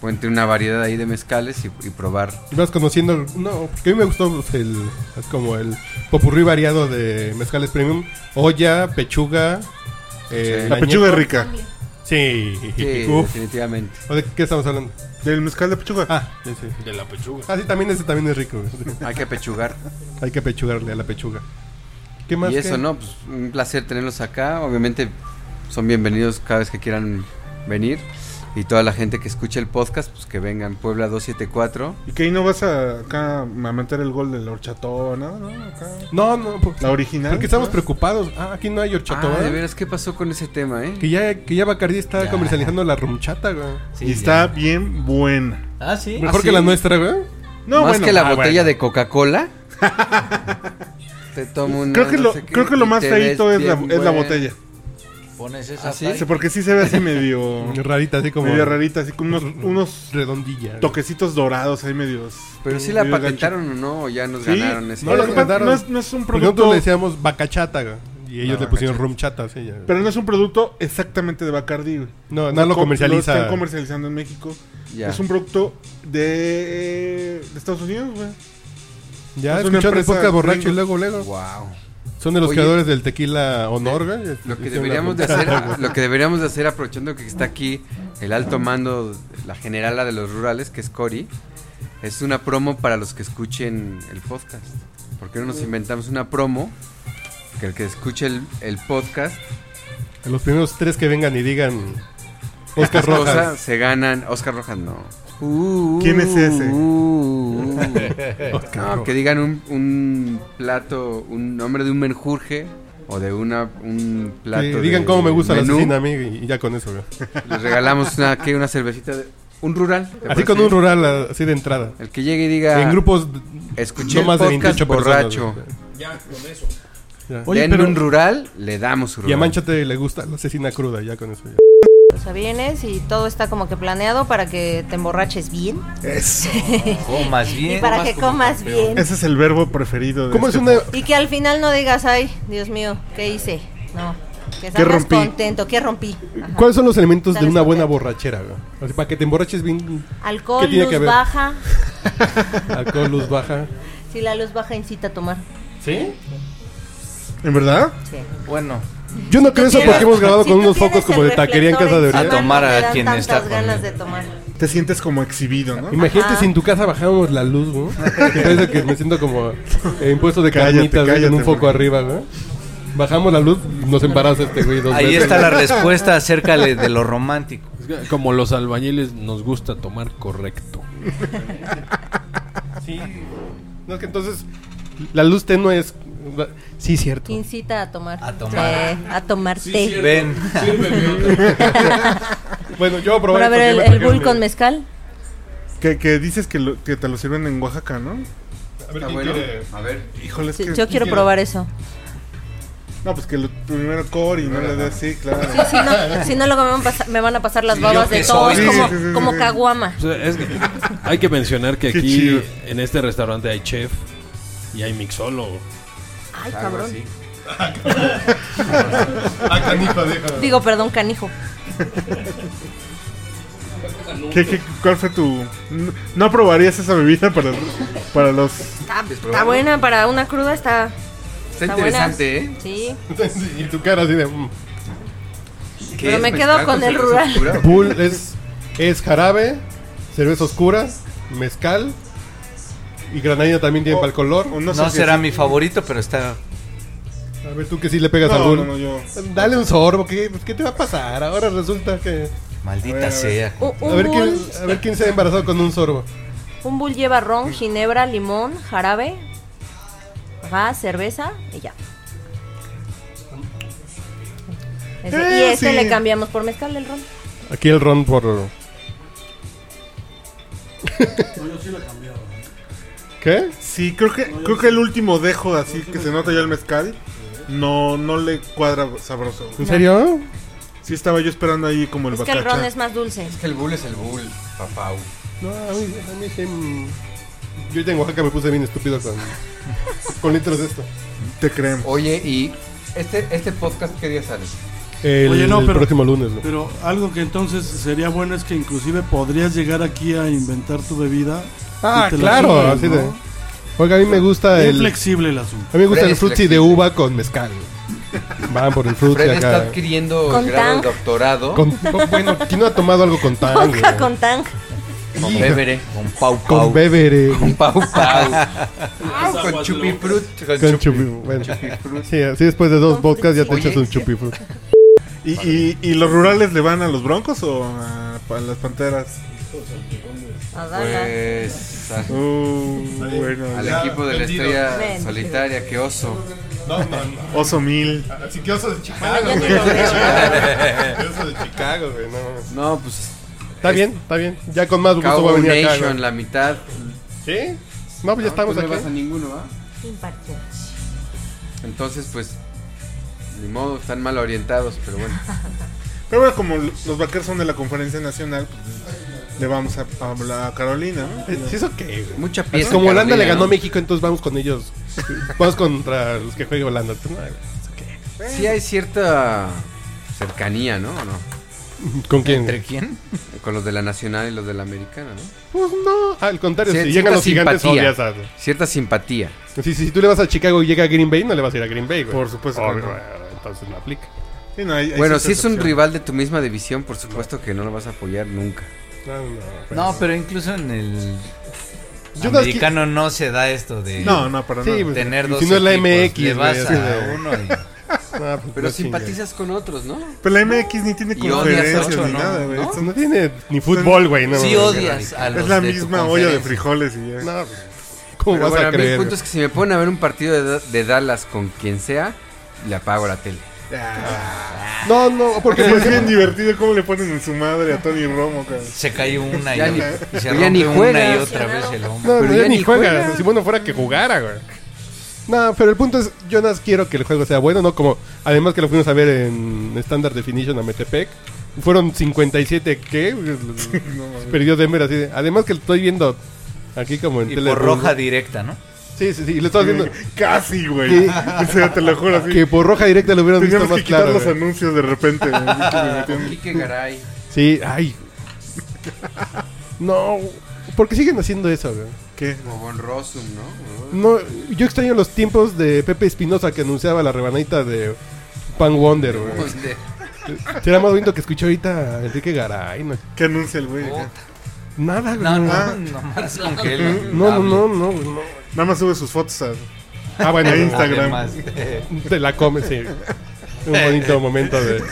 Speaker 3: pueden tener una variedad ahí de mezcales y, y probar.
Speaker 2: Y Vas conociendo. No, porque a mí me gustó pues, el, es como el popurrí variado de mezcales premium: olla, pechuga. eh,
Speaker 1: Sí. La pechuga
Speaker 2: añejo.
Speaker 1: es rica.
Speaker 2: Sí,
Speaker 3: Sí,
Speaker 2: Uf.
Speaker 3: definitivamente.
Speaker 2: ¿O de qué estamos hablando?
Speaker 1: Del mezcal de pechuga.
Speaker 2: Ah, sí, sí.
Speaker 12: De la pechuga.
Speaker 2: Ah, sí, también ese también es rico.
Speaker 3: Hay que pechugar.
Speaker 2: Hay que pechugarle a la pechuga. ¿Qué más?
Speaker 3: Y eso,
Speaker 2: que-
Speaker 3: ¿no? Pues un placer tenerlos acá. Obviamente son bienvenidos cada vez que quieran venir. Y toda la gente que escuche el podcast, pues que vengan. Puebla 274.
Speaker 1: Y que ahí no vas a, acá a meter el gol del horchatón, nada, ¿no? Acá.
Speaker 2: No, no. por-
Speaker 1: La original.
Speaker 2: Porque estamos preocupados. Ah, aquí no hay horchata.
Speaker 3: Ah,
Speaker 2: ¿verdad?
Speaker 3: de veras, ¿qué pasó con ese tema, eh?
Speaker 2: Que ya, que ya Bacardi está
Speaker 3: Ya.
Speaker 2: comercializando la rumchata, güey.
Speaker 1: y está bien buena.
Speaker 6: Ah, sí.
Speaker 2: Mejor
Speaker 3: ¿Ah,
Speaker 2: que
Speaker 3: sí?
Speaker 2: la nuestra, güey.
Speaker 1: No,
Speaker 3: más
Speaker 1: bueno,
Speaker 3: que la
Speaker 1: ah,
Speaker 3: botella
Speaker 1: bueno.
Speaker 3: de Coca-Cola. te tomo una.
Speaker 1: Creo que,
Speaker 3: no
Speaker 1: lo,
Speaker 3: sé qué,
Speaker 1: creo que lo
Speaker 3: y
Speaker 1: más
Speaker 3: te
Speaker 1: feito
Speaker 3: ves
Speaker 1: es la,
Speaker 3: bien
Speaker 1: es la
Speaker 3: buen.
Speaker 1: botella.
Speaker 6: Pones esa.
Speaker 3: ¿Ah, sí?
Speaker 1: Sí, porque sí se ve así medio.
Speaker 2: Rarita, así como.
Speaker 1: Medio rarita, así como unos, unos
Speaker 2: Redondilla.
Speaker 1: toquecitos dorados ahí medios.
Speaker 3: Pero si la
Speaker 1: medio
Speaker 3: patentaron o no, o ya nos
Speaker 1: Sí.
Speaker 3: ganaron ese.
Speaker 1: No, lo que pasa-
Speaker 2: mandaron.
Speaker 1: no es- no es un
Speaker 2: Porque
Speaker 1: producto-
Speaker 2: Nosotros le decíamos bacachata, güey. Y ellos
Speaker 1: No,
Speaker 2: le pusieron rumchata, sí. ya.
Speaker 1: gacho. Pero no es un producto exactamente de Bacardi, güey.
Speaker 2: No, no lo
Speaker 1: co-
Speaker 2: comercializa.
Speaker 1: Lo están comercializando en México.
Speaker 3: Ya.
Speaker 1: Es un producto de, de Estados Unidos, güey.
Speaker 2: ya
Speaker 1: es una
Speaker 2: escucharon el
Speaker 1: empresa
Speaker 2: podcast borracho
Speaker 1: gringa.
Speaker 2: y luego, luego.
Speaker 3: Wow.
Speaker 2: Son de los
Speaker 3: Oye,
Speaker 2: creadores del tequila honor, güey.
Speaker 3: Lo que
Speaker 2: Hicieron la
Speaker 3: deberíamos de hacer,
Speaker 2: rumchata, güey.
Speaker 3: lo que deberíamos de hacer aprovechando que está aquí el alto mando, la generala de los rurales, que es Cori, es una promo para los que escuchen el podcast. ¿Por qué no nos inventamos una promo? Que el que escuche el, el podcast,
Speaker 2: A Los primeros tres que vengan y digan Oscar
Speaker 3: estas
Speaker 2: Rojas.
Speaker 3: cosas se ganan. Oscar Rojas no.
Speaker 1: ¿Quién es ese?
Speaker 3: Uh,
Speaker 2: Oscar
Speaker 3: no,
Speaker 2: Rojas.
Speaker 3: que digan un, un plato, un nombre de un menjurje o de una, un plato.
Speaker 2: Sí,
Speaker 3: de
Speaker 2: digan cómo me gusta
Speaker 3: menú.
Speaker 2: la asesina a mí y ya con eso, güey.
Speaker 3: Les regalamos una, ¿qué? una cervecita de- Un rural. ¿te
Speaker 2: Así
Speaker 3: parece?
Speaker 2: con un rural, así de entrada.
Speaker 3: El que llegue y diga.
Speaker 2: En grupos
Speaker 3: Escuché
Speaker 2: no más de
Speaker 3: el podcast
Speaker 2: 28 personas,
Speaker 3: borracho.
Speaker 2: güey.
Speaker 12: Ya, con eso.
Speaker 2: Ya.
Speaker 9: Oye,
Speaker 3: Denme
Speaker 9: pero-
Speaker 3: un rural, le damos su rural.
Speaker 2: Y a Manchate le gusta la asesina cruda, ya con eso. ya.
Speaker 5: O sea, vienes y todo está como que planeado para que te emborraches bien.
Speaker 1: Eso.
Speaker 6: Comas
Speaker 5: Y
Speaker 6: bien.
Speaker 5: para que comas bien.
Speaker 1: Ese es el verbo preferido. De
Speaker 2: ¿Cómo es
Speaker 1: este
Speaker 2: una,
Speaker 5: Y que al final no digas, ay, Dios mío, ¿qué hice? No. Que salgas
Speaker 1: rompí?
Speaker 5: contento, ¿qué rompí? Ajá.
Speaker 2: ¿Cuáles son los elementos de
Speaker 5: Sales
Speaker 2: una buena
Speaker 5: contento.
Speaker 2: borrachera? güey? Así para que te emborraches bien. ¿Qué
Speaker 5: Alcohol,
Speaker 2: tiene que
Speaker 5: luz
Speaker 2: haber?
Speaker 5: baja.
Speaker 2: Alcohol, luz baja.
Speaker 5: Si la luz baja incita a tomar.
Speaker 2: ¿Sí?
Speaker 1: ¿En verdad?
Speaker 5: Sí.
Speaker 6: Bueno,
Speaker 2: Yo no creo eso
Speaker 5: Mira,
Speaker 2: porque hemos grabado
Speaker 5: si
Speaker 2: con
Speaker 5: tú
Speaker 2: unos focos
Speaker 5: tienes
Speaker 2: como
Speaker 5: el
Speaker 2: de taquería en casa
Speaker 5: reflector
Speaker 2: de
Speaker 5: encima,
Speaker 2: Oriente.
Speaker 6: A tomar
Speaker 5: no te
Speaker 6: a
Speaker 5: dan
Speaker 6: quien
Speaker 5: tantas
Speaker 6: está poniendo.
Speaker 5: ganas de tomar.
Speaker 1: Te sientes como exhibido, ¿no?
Speaker 2: Imagínate
Speaker 5: Ajá.
Speaker 2: si en tu casa bajábamos la luz, güey. Parece que me siento como eh, impuesto de
Speaker 1: Cállate,
Speaker 2: carnitas güey, con
Speaker 1: cállate,
Speaker 2: un foco
Speaker 1: güey.
Speaker 2: arriba, güey. Bajamos la luz, nos embaraza este güey dos
Speaker 6: ahí
Speaker 2: veces.
Speaker 6: está la respuesta acerca de, de lo romántico.
Speaker 4: Es que Como los albañiles nos gusta tomar correcto.
Speaker 2: Sí. No, es que entonces la luz tenue es... Sí, cierto.
Speaker 5: Incita a tomar.
Speaker 6: A tomar.
Speaker 5: Sí, a tomar té.
Speaker 6: Ven.
Speaker 2: Bueno, yo probé.
Speaker 5: Bueno, a
Speaker 2: porque
Speaker 5: ver, el,
Speaker 2: me
Speaker 5: el
Speaker 2: trajeron
Speaker 5: bull
Speaker 2: mi-
Speaker 5: con mezcal.
Speaker 1: Que, que dices que, lo- que te lo sirven en Oaxaca, ¿no?
Speaker 2: A ver,
Speaker 3: Está
Speaker 2: ¿quién
Speaker 3: bueno.
Speaker 2: quiere?
Speaker 3: A ver.
Speaker 1: Híjole, es
Speaker 5: Sí,
Speaker 1: que.
Speaker 5: yo quiero probar eso.
Speaker 1: No, pues que lo, primero core y no le des así, claro.
Speaker 5: Sí, si no, si no luego me van, a pasar- me van a pasar las
Speaker 6: Sí,
Speaker 5: babas
Speaker 6: yo que
Speaker 5: de todos
Speaker 6: soy.
Speaker 5: como,
Speaker 1: Sí, sí, sí,
Speaker 5: como
Speaker 1: sí.
Speaker 5: caguama.
Speaker 4: O sea, es que hay que mencionar que
Speaker 1: Qué
Speaker 4: aquí
Speaker 1: chido.
Speaker 4: en este restaurante hay chef y hay mixólogo.
Speaker 5: Ay,
Speaker 3: Algo
Speaker 5: cabrón.
Speaker 3: así.
Speaker 2: Ah, canijo, déjalo.
Speaker 5: Digo, perdón, canijo.
Speaker 1: ¿Qué- qué- cuál fue tu.? No, no probarías esa bebida para, para los.
Speaker 5: Está,
Speaker 3: ¿Quieres
Speaker 5: está
Speaker 3: probarlo?
Speaker 5: buena para una cruda, está,
Speaker 3: Está
Speaker 5: está buena.
Speaker 3: interesante, ¿eh?
Speaker 5: Sí.
Speaker 2: y tu cara así de... mm.
Speaker 3: ¿Qué
Speaker 5: Pero
Speaker 3: es?
Speaker 5: me quedo
Speaker 3: ¿Mezcal
Speaker 5: con el
Speaker 3: cerveza
Speaker 5: rural.
Speaker 3: oscura?
Speaker 2: Bull es, es jarabe, cerveza oscura, mezcal y granadina también tiene
Speaker 1: Oh.
Speaker 2: para el color.
Speaker 1: o
Speaker 6: No,
Speaker 1: sé si
Speaker 6: será
Speaker 1: es-
Speaker 6: mi favorito, pero está.
Speaker 2: A ver, tú que sí le pegas al
Speaker 1: No,
Speaker 2: bull.
Speaker 1: no, no, yo.
Speaker 2: Dale un sorbo, ¿qué, pues, ¿qué te va a pasar? Ahora resulta que...
Speaker 6: Maldita
Speaker 1: A ver, a ver.
Speaker 6: sea.
Speaker 5: U-
Speaker 2: A
Speaker 5: Un,
Speaker 2: ver, quién,
Speaker 5: bull,
Speaker 2: a ver quién se ha embarazado con un sorbo.
Speaker 5: un bull lleva ron, ginebra, limón, jarabe, ajá, cerveza y ya. Ese- y
Speaker 1: Eh,
Speaker 5: este
Speaker 1: sí.
Speaker 5: le cambiamos por mezcal el ron.
Speaker 2: Aquí el ron por... ¿Qué?
Speaker 1: Sí, creo que, creo que el último dejo así que se nota ya el mezcal. No, no le cuadra sabroso.
Speaker 2: ¿En serio?
Speaker 1: Sí, estaba yo esperando ahí como el
Speaker 5: Es que el ron
Speaker 1: bacacha.
Speaker 5: es más dulce.
Speaker 3: Es que el bull es el bull, papau.
Speaker 2: No, a mí, a mí sí, mm, Yo ahorita en Oaxaca me puse bien estúpido con, con litros de esto.
Speaker 1: Te creemos.
Speaker 3: Oye, y este, este podcast, ¿qué día sale?
Speaker 2: El,
Speaker 9: Oye, no,
Speaker 2: el
Speaker 9: pero,
Speaker 2: próximo lunes, ¿no?
Speaker 9: pero algo que entonces sería bueno es que inclusive podrías llegar aquí a inventar tu bebida.
Speaker 2: Ah,
Speaker 9: y te la
Speaker 2: claro,
Speaker 9: sirven,
Speaker 2: así
Speaker 9: ¿no?
Speaker 2: de. Porque a mí me gusta
Speaker 9: Bien
Speaker 2: el.
Speaker 9: flexible el asunto.
Speaker 2: A mí me gusta
Speaker 9: Fred
Speaker 2: el
Speaker 9: es
Speaker 2: frutti de
Speaker 9: flexible.
Speaker 2: uva con mezcal. Van por el frutti
Speaker 3: Fred está
Speaker 2: acá.
Speaker 3: adquiriendo
Speaker 5: Con
Speaker 3: el grado
Speaker 5: Tang.
Speaker 3: de doctorado.
Speaker 2: Con- oh, bueno, ¿quién no ha tomado algo con tan?
Speaker 5: Coca con tank.
Speaker 3: Con bebere. Con pau
Speaker 2: Con bebere. Con
Speaker 3: pau pau.
Speaker 2: Con
Speaker 3: con chupifrut.
Speaker 2: Con chupi. Bueno.
Speaker 3: chupifrut.
Speaker 2: Sí, así después de dos podcasts ya te
Speaker 3: Oye.
Speaker 2: echas un chupifrut.
Speaker 1: ¿Y, y, y los rurales le van a los broncos o a, pa- las panteras?
Speaker 5: A
Speaker 3: Pues. a-
Speaker 1: Uh, bueno,
Speaker 3: al
Speaker 1: ya,
Speaker 3: equipo de la
Speaker 1: vendido.
Speaker 3: estrella
Speaker 5: Vendido.
Speaker 3: solitaria, que oso.
Speaker 2: No, no, no.
Speaker 1: Oso mil.
Speaker 2: Así que oso de Chicago,
Speaker 5: Ah, ya
Speaker 1: pues,
Speaker 2: güey.
Speaker 5: te lo
Speaker 3: veo.
Speaker 2: Oso de Chicago, güey. No.
Speaker 3: No, pues.
Speaker 2: Está bien, está bien. Ya con más gusto voy a
Speaker 3: Cowboy
Speaker 2: venir acá.
Speaker 3: Nation,
Speaker 2: güey.
Speaker 3: la mitad.
Speaker 2: ¿Sí? No, pues ya estamos
Speaker 3: tú
Speaker 2: aquí.
Speaker 3: No vas a ninguno, ¿va?
Speaker 5: Imparcial.
Speaker 3: Entonces, pues. Ni modo, están mal orientados, pero bueno.
Speaker 1: Pero bueno, como l- los vaqueros son de la conferencia nacional, pues, le vamos a, a hablar a Carolina. ¿no?
Speaker 2: Eh, ¿Es eso qué, güey?
Speaker 3: Mucha pieza.
Speaker 2: Como Holanda le
Speaker 3: Carolina,
Speaker 2: ganó
Speaker 3: ¿no?
Speaker 2: a México, entonces vamos con ellos. vamos contra los que juegue Holanda. No, güey.
Speaker 3: Sí hay cierta cercanía, ¿no? ¿O no?
Speaker 2: ¿Con quién?
Speaker 6: ¿Entre quién?
Speaker 3: Con los de la nacional y los de la americana, ¿no?
Speaker 2: Pues no, al contrario,
Speaker 3: Cier-
Speaker 2: si
Speaker 3: cierta
Speaker 2: llegan los gigantes
Speaker 3: simpatía.
Speaker 2: odias a-
Speaker 3: Cierta simpatía.
Speaker 2: Si, si tú le vas a Chicago y llega a Green Bay, no le vas a ir a Green Bay, güey.
Speaker 1: Por supuesto que
Speaker 2: Obvio,
Speaker 1: no.
Speaker 2: güey, Entonces no aplica.
Speaker 1: Sí, no, hay- hay
Speaker 3: bueno,
Speaker 1: cierta
Speaker 3: si es un
Speaker 1: excepción.
Speaker 3: rival de tu misma división, por supuesto que no lo vas a apoyar nunca.
Speaker 2: No, no, pues.
Speaker 6: No, pero incluso en el
Speaker 2: Yo no-
Speaker 6: americano no se da esto de
Speaker 1: No, no, para
Speaker 2: Sí,
Speaker 1: nada.
Speaker 2: pues,
Speaker 6: tener
Speaker 2: y
Speaker 6: dos
Speaker 2: si no es la
Speaker 6: equipos,
Speaker 2: MX,
Speaker 6: le vas
Speaker 2: güey, así
Speaker 6: a
Speaker 2: de-
Speaker 6: uno y
Speaker 2: No, pues,
Speaker 3: Pero
Speaker 2: no
Speaker 3: simpatizas con otros, ¿no?
Speaker 1: Pero la MX ni tiene
Speaker 3: Y odias
Speaker 1: conferencias
Speaker 3: ocho,
Speaker 1: ni
Speaker 3: ¿no?
Speaker 1: nada, güey.
Speaker 3: ¿No?
Speaker 1: Son-
Speaker 2: chingues. No tiene ni fútbol, güey. No,
Speaker 6: sí
Speaker 2: no,
Speaker 6: odias a los
Speaker 1: Es la
Speaker 6: de tu
Speaker 1: misma olla de
Speaker 6: conferencia.
Speaker 1: frijoles y ya.
Speaker 2: No, güey. ¿Cómo
Speaker 3: Pero
Speaker 2: vas
Speaker 3: bueno,
Speaker 2: a
Speaker 3: mí
Speaker 2: creer?
Speaker 3: el punto es que si me ponen a ver un partido de, Da- de Dallas con quien sea, le apago la tele.
Speaker 2: güey? No, no,
Speaker 1: Porque
Speaker 2: porque por
Speaker 1: es bien
Speaker 2: ejemplo,
Speaker 1: divertido cómo le ponen en su madre a Tony Romo, cabrón.
Speaker 6: Se cayó una y,
Speaker 3: Ya ni-
Speaker 6: y se
Speaker 3: pero ya ni
Speaker 6: rompe una y
Speaker 3: juegas.
Speaker 6: otra vez el hombro.
Speaker 2: No,
Speaker 3: Pero
Speaker 2: no, ya
Speaker 3: ya
Speaker 2: ni
Speaker 3: ni
Speaker 2: juega.
Speaker 3: juega.
Speaker 2: Si bueno fuera que jugara, güey. No, pero el punto es, yo nada más quiero que el juego sea bueno, ¿no? Como, además que lo fuimos a ver en Standard Definition a Metepec. Fueron 57, ¿qué? Perdió Denver así. de- Además que lo estoy viendo aquí como en
Speaker 6: Y
Speaker 2: tele
Speaker 6: por roja directa, ¿no?
Speaker 2: Sí, sí, sí. y Lo estaba viendo.
Speaker 1: Casi, güey.
Speaker 2: Sí.
Speaker 1: O sea, te lo juro así.
Speaker 2: Que por roja directa lo hubieran
Speaker 1: Teníamos
Speaker 2: visto
Speaker 1: que
Speaker 2: más
Speaker 1: quitar
Speaker 2: claro.
Speaker 1: los
Speaker 2: güey.
Speaker 1: anuncios de repente. güey. Viste, me
Speaker 3: Ah,
Speaker 1: metieron-
Speaker 3: Quique Garay.
Speaker 2: Sí, ay. No. ¿Por qué siguen haciendo eso, güey?
Speaker 1: ¿Qué?
Speaker 3: Como Von Rossum, ¿no?
Speaker 2: No, yo extraño los tiempos de Pepe Espinosa que anunciaba la rebanadita de Pan Wonder, güey.
Speaker 6: Pues,
Speaker 3: Donde-
Speaker 2: Será más bonito que escuché ahorita a Enrique Garay. No,
Speaker 1: ¿Qué anuncia el güey?
Speaker 6: Puta.
Speaker 2: nada, güey.
Speaker 6: No, no,
Speaker 1: Ah.
Speaker 6: no más con que él.
Speaker 2: No, no, no, no, güey, no.
Speaker 1: Nada más sube sus fotos a
Speaker 2: Ah, bueno,
Speaker 1: A
Speaker 2: Insta-
Speaker 1: Instagram.
Speaker 6: Además, eh,
Speaker 2: te la comes, sí. Un bonito momento de,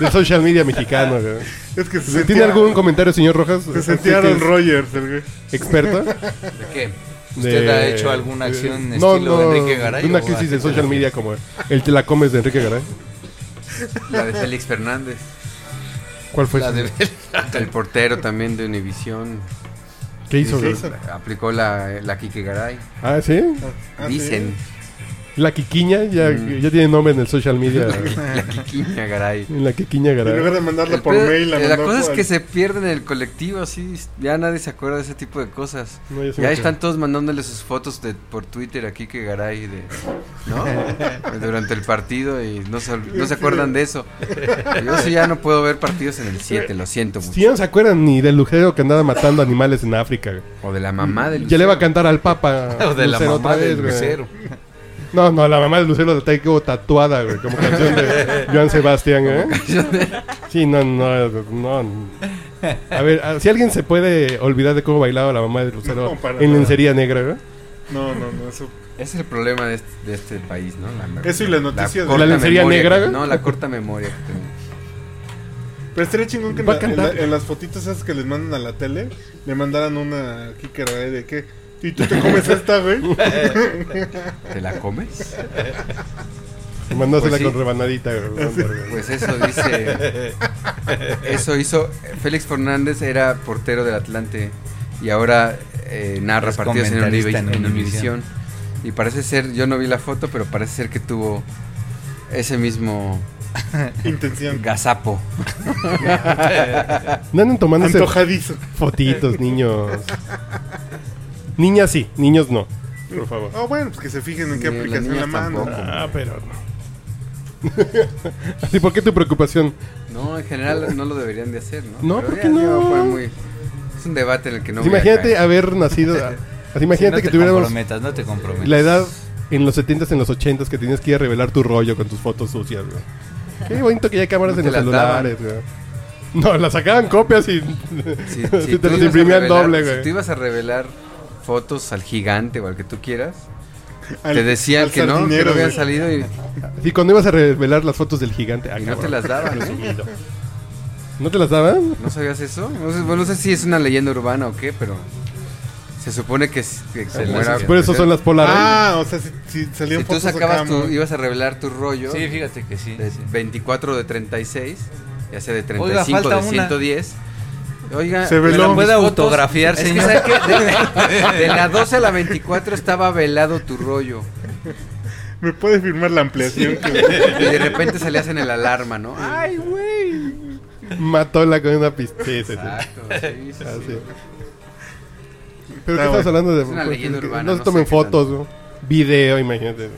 Speaker 2: de social media mexicano, güey.
Speaker 1: Es que se sentía...
Speaker 2: ¿Tiene algún comentario, señor Rojas?
Speaker 1: Se
Speaker 2: ¿Usted
Speaker 1: sentía
Speaker 2: que
Speaker 1: Aaron
Speaker 2: es
Speaker 1: Rogers, el güey.
Speaker 2: ¿Experto?
Speaker 3: ¿De qué?
Speaker 6: ¿Usted
Speaker 2: De-
Speaker 6: ha hecho alguna acción estilo de Enrique Garay
Speaker 2: Una
Speaker 6: o
Speaker 2: crisis
Speaker 6: a
Speaker 2: de
Speaker 6: qué te
Speaker 2: social media como el te la comes de Enrique Garay.
Speaker 3: La de Félix Fernández.
Speaker 2: ¿Cuál fue?
Speaker 6: la
Speaker 2: su-
Speaker 6: de
Speaker 3: El portero también de Univisión.
Speaker 2: ¿Qué hizo?
Speaker 1: ¿Qué
Speaker 2: güey?
Speaker 1: hizo?
Speaker 3: Aplicó la, la Quique Garay.
Speaker 2: Ah, ¿sí?
Speaker 1: Ah, sí.
Speaker 3: Dicen.
Speaker 2: La Quiquiña ya, ya tiene nombre en el social media.
Speaker 3: La Quiquiña Garay.
Speaker 2: en la Quiquiña
Speaker 1: En lugar
Speaker 2: Garay.
Speaker 1: de mandarla
Speaker 3: El
Speaker 1: por
Speaker 3: pedo-
Speaker 1: mail, la
Speaker 3: eh, la,
Speaker 1: mandó
Speaker 3: cosa es
Speaker 1: por-
Speaker 3: que se pierden el colectivo, así ya nadie se acuerda de ese tipo de cosas.
Speaker 2: No, ya se me
Speaker 3: ya
Speaker 2: ocurrió.
Speaker 3: están todos mandándole sus fotos de, por Twitter aquí que Garay de, ¿no? durante el partido y no se, ol- no se acuerdan de eso. Yo sí ya no puedo ver partidos en el 7, lo siento mucho.
Speaker 2: Si ya no se acuerdan ni del lujero que andaba matando animales en África. güey.
Speaker 3: O de la mamá del
Speaker 2: Ya le va a
Speaker 3: Lucero.
Speaker 2: cantar al Papa.
Speaker 6: o de la
Speaker 2: Lucero
Speaker 6: mamá
Speaker 2: otra
Speaker 6: del
Speaker 2: vez, güey.
Speaker 6: lucero.
Speaker 2: No, no, la mamá de Lucero la trae como tatuada, güey, como canción de Joan Sebastián, ¿eh? Sí, no, no, no. A ver, a- si alguien se puede olvidar de cómo bailaba la mamá de Lucero
Speaker 1: No, para
Speaker 2: en
Speaker 1: nada.
Speaker 2: lencería negra, ¿eh? güey.
Speaker 1: No, no, no, eso...
Speaker 3: Es el problema de este, de este país, ¿no? La-
Speaker 1: Eso y la noticia de-
Speaker 2: ¿La
Speaker 3: corta
Speaker 2: lencería
Speaker 3: memoria
Speaker 2: negra,
Speaker 3: que-
Speaker 2: güey?
Speaker 3: No, la corta memoria que tenemos.
Speaker 1: Pero estaría chingón que en,
Speaker 2: Va a
Speaker 1: la- en
Speaker 2: cantar.
Speaker 1: la- en las fotitos esas que les mandan a la tele, le mandaran una aquí que era de qué. Y tú te comes esta, güey.
Speaker 3: ¿Te la comes?
Speaker 2: Mandásela
Speaker 3: Pues sí.
Speaker 2: con rebanadita, güey.
Speaker 3: Pues eso dice. Eso hizo. Félix Fernández era portero del Atlante y ahora eh, narra
Speaker 6: Es
Speaker 3: partidos en,
Speaker 6: comentarista
Speaker 3: Univi-
Speaker 6: en
Speaker 3: en
Speaker 6: Univisión.
Speaker 3: Univisión. Y parece ser, yo no vi la foto, pero parece ser que tuvo ese mismo
Speaker 1: Intención.
Speaker 3: gazapo.
Speaker 2: No anden tomándose
Speaker 1: Antojadizo.
Speaker 2: fotitos, niños. Niñas sí, niños no. Por favor.
Speaker 1: Oh, bueno, pues que se fijen en qué
Speaker 2: Ni las
Speaker 1: aplicación la
Speaker 2: niñas
Speaker 1: mandan.
Speaker 2: tampoco. Ah, pero Así, ¿por qué tu preocupación?
Speaker 3: No, en general no lo deberían de hacer, ¿no?
Speaker 2: No,
Speaker 3: Pero
Speaker 2: ¿por
Speaker 3: ya-
Speaker 2: qué
Speaker 3: ya
Speaker 2: no?
Speaker 3: fue muy- es un debate en el que no.
Speaker 2: Así,
Speaker 3: voy a
Speaker 2: imagínate ah,
Speaker 3: caer.
Speaker 2: haber nacido. así, imagínate
Speaker 6: no
Speaker 2: que
Speaker 6: te
Speaker 2: tuviéramos.
Speaker 6: comprometas, no te comprometas.
Speaker 2: La edad en los 70s, en los 80s, que tenías que ir a revelar tu rollo con tus fotos sucias, güey. Qué bonito que ya hay cámaras
Speaker 3: No
Speaker 2: en
Speaker 3: te
Speaker 2: los
Speaker 3: las daban.
Speaker 2: celulares, güey. No, las sacaban copias y
Speaker 3: Si,
Speaker 2: te
Speaker 3: si tú
Speaker 2: las
Speaker 3: ibas a
Speaker 2: imprimían
Speaker 3: revelar-
Speaker 2: doble,
Speaker 3: Si
Speaker 2: güey.
Speaker 3: tú ibas a revelar fotos al gigante o al que tú quieras,
Speaker 1: Al-
Speaker 3: te decían
Speaker 1: al
Speaker 3: que no, que
Speaker 1: sardinero,
Speaker 3: no habían
Speaker 1: güey.
Speaker 3: salido y,
Speaker 2: Y cuando ibas a revelar las fotos del gigante, ah,
Speaker 3: y no te
Speaker 2: cabrón.
Speaker 3: las daban. ¿eh?
Speaker 2: Presumido. ¿No te las daban?
Speaker 3: ¿No sabías eso? No sé, bueno, no sé si es una leyenda urbana o qué, pero se supone que, s- que
Speaker 2: Ah,
Speaker 3: como era-
Speaker 2: por
Speaker 1: ¿eh?
Speaker 2: eso son las Polaroid.
Speaker 1: Ah, o sea, si, si salían
Speaker 3: Si tú
Speaker 1: fotos
Speaker 3: sacabas
Speaker 1: acá,
Speaker 3: tu,
Speaker 1: muy-
Speaker 3: ibas a revelar tu rollo.
Speaker 6: Sí, fíjate que sí.
Speaker 3: De 24 de 36, ya sea de
Speaker 6: Oiga,
Speaker 3: 35,
Speaker 6: falta
Speaker 3: de
Speaker 6: una.
Speaker 3: 110. Oiga,
Speaker 6: Se veló. ¿Me la puede
Speaker 3: mis fotos-
Speaker 6: autografiar,
Speaker 3: Es que,
Speaker 6: señor?
Speaker 3: ¿sabe qué? De, de la 12 a la 24 estaba velado tu rollo.
Speaker 1: Me puede firmar la ampliación. que-
Speaker 3: Y de repente salías en el alarma, ¿no? ¡Ay,
Speaker 1: güey!
Speaker 2: Matóla con una pistola. Sí, sí, sí.
Speaker 3: Exacto, sí, sí, sí.
Speaker 2: Ah, sí.
Speaker 1: Está
Speaker 2: Pero que
Speaker 1: bueno.
Speaker 2: estás hablando de.
Speaker 1: Es una leyenda
Speaker 2: porque
Speaker 1: urbana,
Speaker 2: no se
Speaker 1: no
Speaker 2: tomen
Speaker 1: sé qué
Speaker 2: fotos, ¿no? Video, imagínate.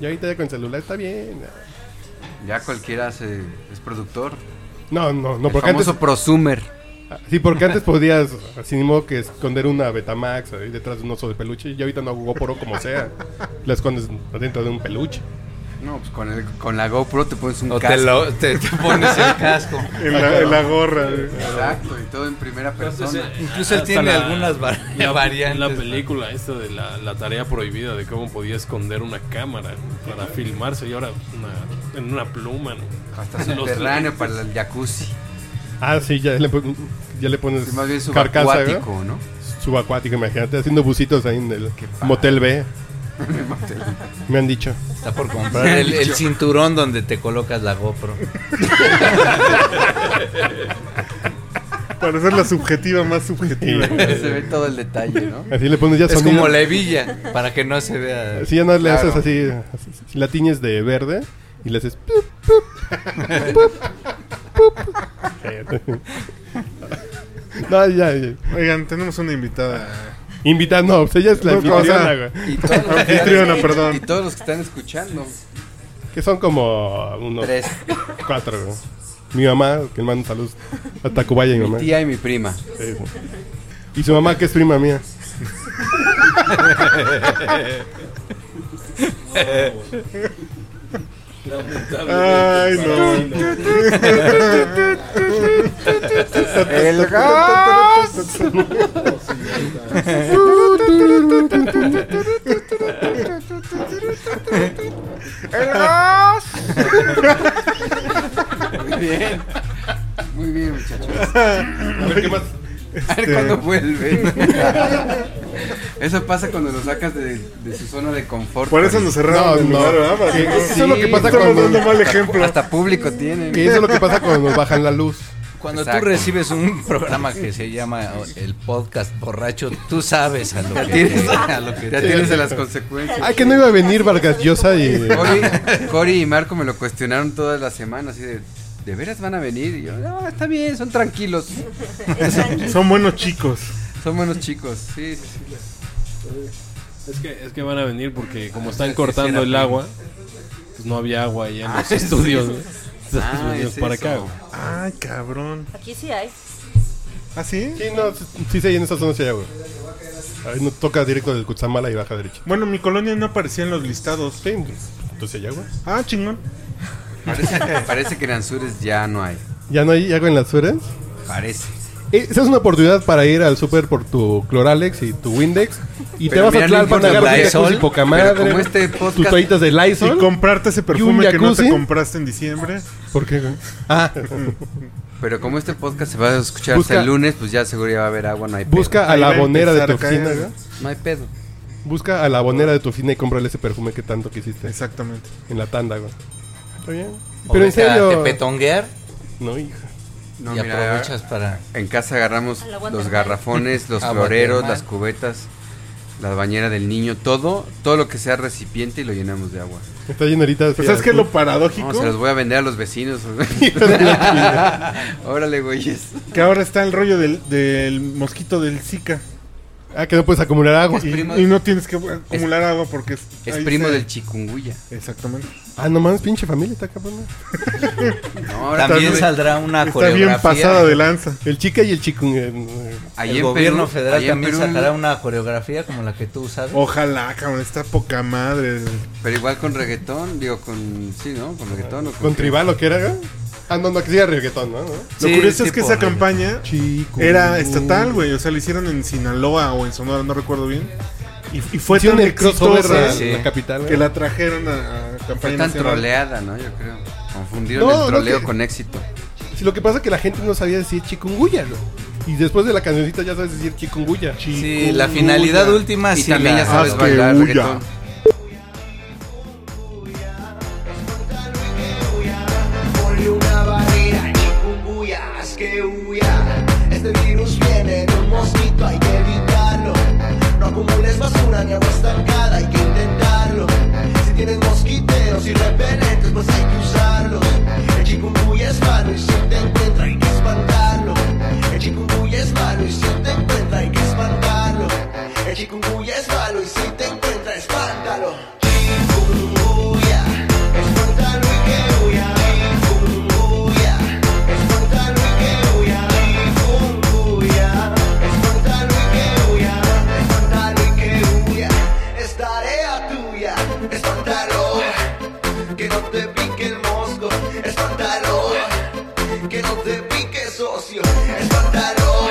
Speaker 2: Y ahorita ya con celular está bien.
Speaker 3: Ya cualquiera se- es productor.
Speaker 2: No, no, no,
Speaker 3: El
Speaker 2: porque
Speaker 3: famoso
Speaker 2: antes.
Speaker 3: prosumer.
Speaker 2: Ah, Sí, porque antes podías, así ni modo que esconder una Betamax ahí detrás de un oso de peluche. Y ahorita no GoPro como sea. La escondes dentro de un peluche.
Speaker 3: No, pues con, el- con la GoPro te pones un
Speaker 6: O te
Speaker 3: casco.
Speaker 6: lo- te- te pones el casco.
Speaker 1: En la- en la gorra, güey.
Speaker 3: Exacto, y todo en primera persona.
Speaker 4: eh,
Speaker 6: eh,
Speaker 4: Hasta la- la- La película esta de la, la tarea prohibida de cómo podía esconder una cámara para filmarse y ahora una- en una pluma. ¿no?
Speaker 3: Hasta
Speaker 4: Los
Speaker 3: subterráneo
Speaker 4: lentes.
Speaker 3: para el jacuzzi.
Speaker 2: Ah, sí, ya le, pon- ya le pones
Speaker 3: Sí, más bien subacuático, ¿no?
Speaker 2: Subacuático, imagínate, haciendo bucitos ahí en el Motel B.
Speaker 3: Motel.
Speaker 2: Me han dicho.
Speaker 6: Está por comprar el, el cinturón donde te colocas la GoPro.
Speaker 1: Para hacer la subjetiva más subjetiva.
Speaker 6: Se ve todo el detalle, ¿no?
Speaker 2: Así le pones ya
Speaker 6: Es
Speaker 2: sonido.
Speaker 6: como la hebilla, para que no se vea.
Speaker 2: Si ya no le
Speaker 6: Claro.
Speaker 2: haces así, así, si la tiñes de verde y le haces... pup, pup, pup, pup. No, ya, ya.
Speaker 1: Oigan, tenemos una invitada.
Speaker 2: Invita, no, pues ella es la
Speaker 1: No, o sea,
Speaker 2: anfitriona, güey.
Speaker 1: y todos los que están- Anfitriona, perdón.
Speaker 3: Y todos los que están escuchando.
Speaker 2: Que son como unos...
Speaker 6: pues,
Speaker 3: Tres.
Speaker 2: Cuatro, güey. Mi mamá, que le mando saludos a Tacubaya y mi
Speaker 3: Mi
Speaker 2: mamá.
Speaker 3: tía y mi prima.
Speaker 2: Sí. Y su mamá, que es prima mía.
Speaker 1: Ay, no.
Speaker 3: El gas.
Speaker 1: El gas.
Speaker 3: Muy bien. Muy bien, muchachos.
Speaker 2: A ver, ¿qué más?
Speaker 3: A ver
Speaker 2: Este-
Speaker 3: cuándo vuelve. Eso pasa cuando lo sacas de, de su zona de confort.
Speaker 1: Por eso nos cerraron el lugar, ¿verdad? Para que no-
Speaker 2: Eso es lo que pasa
Speaker 1: Estamos
Speaker 2: cuando-
Speaker 1: dando mal
Speaker 3: hasta-
Speaker 1: ejemplo.
Speaker 3: Hasta público tienen.
Speaker 2: Que eso es lo que pasa cuando nos bajan la luz.
Speaker 6: Cuando
Speaker 3: Exacto.
Speaker 6: tú recibes un programa que se llama el podcast borracho, tú sabes a lo
Speaker 3: Ya
Speaker 6: que
Speaker 3: tienes-
Speaker 6: a lo que
Speaker 3: ya
Speaker 6: te-
Speaker 3: tienes de las consecuencias.
Speaker 2: Ay, que no iba a venir Vargas Llosa y...
Speaker 3: Cory, Cory y Marco me lo cuestionaron todas las semanas. Así de, ¿de veras van a venir? Y yo, no, está bien, son tranquilos.
Speaker 1: Son buenos chicos.
Speaker 3: Son buenos chicos, sí, sí, sí.
Speaker 4: Es que, es que van a venir porque como
Speaker 3: sí,
Speaker 4: están
Speaker 3: sí,
Speaker 4: cortando
Speaker 3: era
Speaker 4: el
Speaker 3: primo.
Speaker 4: agua, pues no había agua allá en
Speaker 3: Ah,
Speaker 4: los
Speaker 3: sí, sí,
Speaker 4: estudios.
Speaker 3: sí.
Speaker 4: ¿no?
Speaker 3: Ah,
Speaker 4: Entonces, venimos
Speaker 3: es
Speaker 4: para
Speaker 3: eso.
Speaker 4: acá. güey.
Speaker 1: Ay, cabrón.
Speaker 5: Aquí sí hay.
Speaker 1: ¿Ah, sí?
Speaker 2: Sí, no, sí, sí, sí, en esa zona sí hay, güey. Ahí no toca directo del Cutzamala y baja derecha.
Speaker 1: Bueno, mi colonia no aparecía en los listados.
Speaker 2: Entonces ya, güey.
Speaker 1: Ah, chingón.
Speaker 3: Parece, parece que en Anzures ya no hay.
Speaker 2: ¿Ya no hay agua en las sueras?
Speaker 3: Parece.
Speaker 2: Eh, Esa es una oportunidad para ir al súper por tu Cloralex y tu Windex. Y
Speaker 3: Pero
Speaker 2: te vas
Speaker 3: mira,
Speaker 2: a Tlalpan
Speaker 3: ninguno
Speaker 2: para
Speaker 3: de
Speaker 2: agarrar un
Speaker 3: Lysol,
Speaker 2: jacuzzi poca
Speaker 3: pero
Speaker 2: madre.
Speaker 3: como este podcast-
Speaker 2: Tus toallitas de Lysol.
Speaker 1: Y comprarte ese
Speaker 2: y un
Speaker 1: perfume que no te
Speaker 2: jacuzzi.
Speaker 1: compraste en diciembre.
Speaker 2: ¿Por qué, güey? Ah.
Speaker 3: Pero como este podcast se va a escuchar
Speaker 2: Busca-
Speaker 3: hasta el lunes, pues ya seguro ya va a haber agua, no hay pedo.
Speaker 2: Busca a
Speaker 1: Ahí
Speaker 2: la
Speaker 1: va a
Speaker 2: abonera de
Speaker 1: empezar ¿eh?
Speaker 2: tu
Speaker 1: a caer,
Speaker 2: oficina,
Speaker 1: ¿no?
Speaker 2: güey.
Speaker 3: No hay pedo.
Speaker 2: Busca a la abonera de tu oficina y cómprale ese perfume que tanto quisiste.
Speaker 1: Exactamente.
Speaker 2: En la tanda, güey. Está bien.
Speaker 6: o
Speaker 2: Pero en
Speaker 6: vete a
Speaker 2: serio.
Speaker 6: tepetonguear
Speaker 2: No, hija.
Speaker 3: No,
Speaker 6: y
Speaker 3: mira,
Speaker 6: aprovechas para.
Speaker 3: En casa agarramos
Speaker 5: A la
Speaker 3: los
Speaker 5: Waterman.
Speaker 3: garrafones, los
Speaker 6: A
Speaker 3: floreros,
Speaker 6: Waterman.
Speaker 3: las cubetas, la bañera del niño, todo, todo lo que sea recipiente y lo llenamos de agua.
Speaker 2: Está lleno ahorita.
Speaker 1: Pues es que lo
Speaker 3: No,
Speaker 1: paradójico
Speaker 3: se los voy a vender a los vecinos. Órale, güeyes.
Speaker 1: que ahora está el rollo del, del mosquito del Zika.
Speaker 2: Ah, que no puedes acumular agua.
Speaker 1: Y, y no tienes que acumular agua porque es,
Speaker 3: Es
Speaker 1: ahí
Speaker 3: primo
Speaker 1: se-
Speaker 3: del chikungunya.
Speaker 1: Exactamente.
Speaker 2: Ah, nomás pinche familia está cabrón.
Speaker 3: No, también
Speaker 2: Está-
Speaker 3: saldrá una
Speaker 1: Está bien
Speaker 3: coreografía.
Speaker 1: pasada de lanza.
Speaker 2: El chica y el chico. eh,
Speaker 1: Ahí
Speaker 6: el
Speaker 1: en
Speaker 6: gobierno
Speaker 1: Perú-
Speaker 6: federal
Speaker 1: ahí en
Speaker 6: también
Speaker 1: Perú- Oh.
Speaker 6: sacará una coreografía como la que tú sabes.
Speaker 1: Ojalá, cabrón, está poca madre.
Speaker 3: Pero igual con reggaetón, digo, con. Sí, ¿no? Con reggaetón. o
Speaker 2: Con tribal o qué era, güey? Ah, no, no, que sí era reggaetón, ¿no?
Speaker 1: Lo curioso es que esa campaña era estatal, güey. O sea, la hicieron en Sinaloa o en Sonora, no recuerdo bien. Y, y fue
Speaker 2: Hicieron
Speaker 1: tan
Speaker 2: el crossover
Speaker 1: exitosa
Speaker 2: a la capital,
Speaker 1: que
Speaker 2: güey.
Speaker 1: la trajeron a, a campaña
Speaker 3: Fue tan
Speaker 1: nacional.
Speaker 3: troleada, ¿no? Yo creo. Confundieron
Speaker 2: No, no,
Speaker 3: el troleo
Speaker 2: que-
Speaker 3: con éxito.
Speaker 2: Si lo que pasa es que la gente no sabía decir chikungunya, ¿no? Y después de la cancioncita ya sabes decir chikungunya.
Speaker 6: Sí, la finalidad última
Speaker 3: Y
Speaker 6: sí
Speaker 3: también
Speaker 6: la-
Speaker 3: ya
Speaker 2: Ah,
Speaker 3: sabes bailar
Speaker 2: Asquehuya.
Speaker 3: reggaetón.
Speaker 12: Ponle una barrera, chikungunya, haz que huya. Este virus viene de un mosquito, hay que evitarlo. No acumules basura ni agua estancada, hay que intentarlo. Si tienes mosquiteros y repelentes, pues hay que usarlos. El chikungunya es malo y si te encuentra, hay que espantarlo. El chikungunya es malo y si te encuentra, hay que espantarlo. El chikungunya es malo y si te encuentra, espántalo. Chikungunya, espántalo y que huya. Es tarea tuya, espántalo, que no te pique el mosco, espántalo, que no te pique socio, espántalo,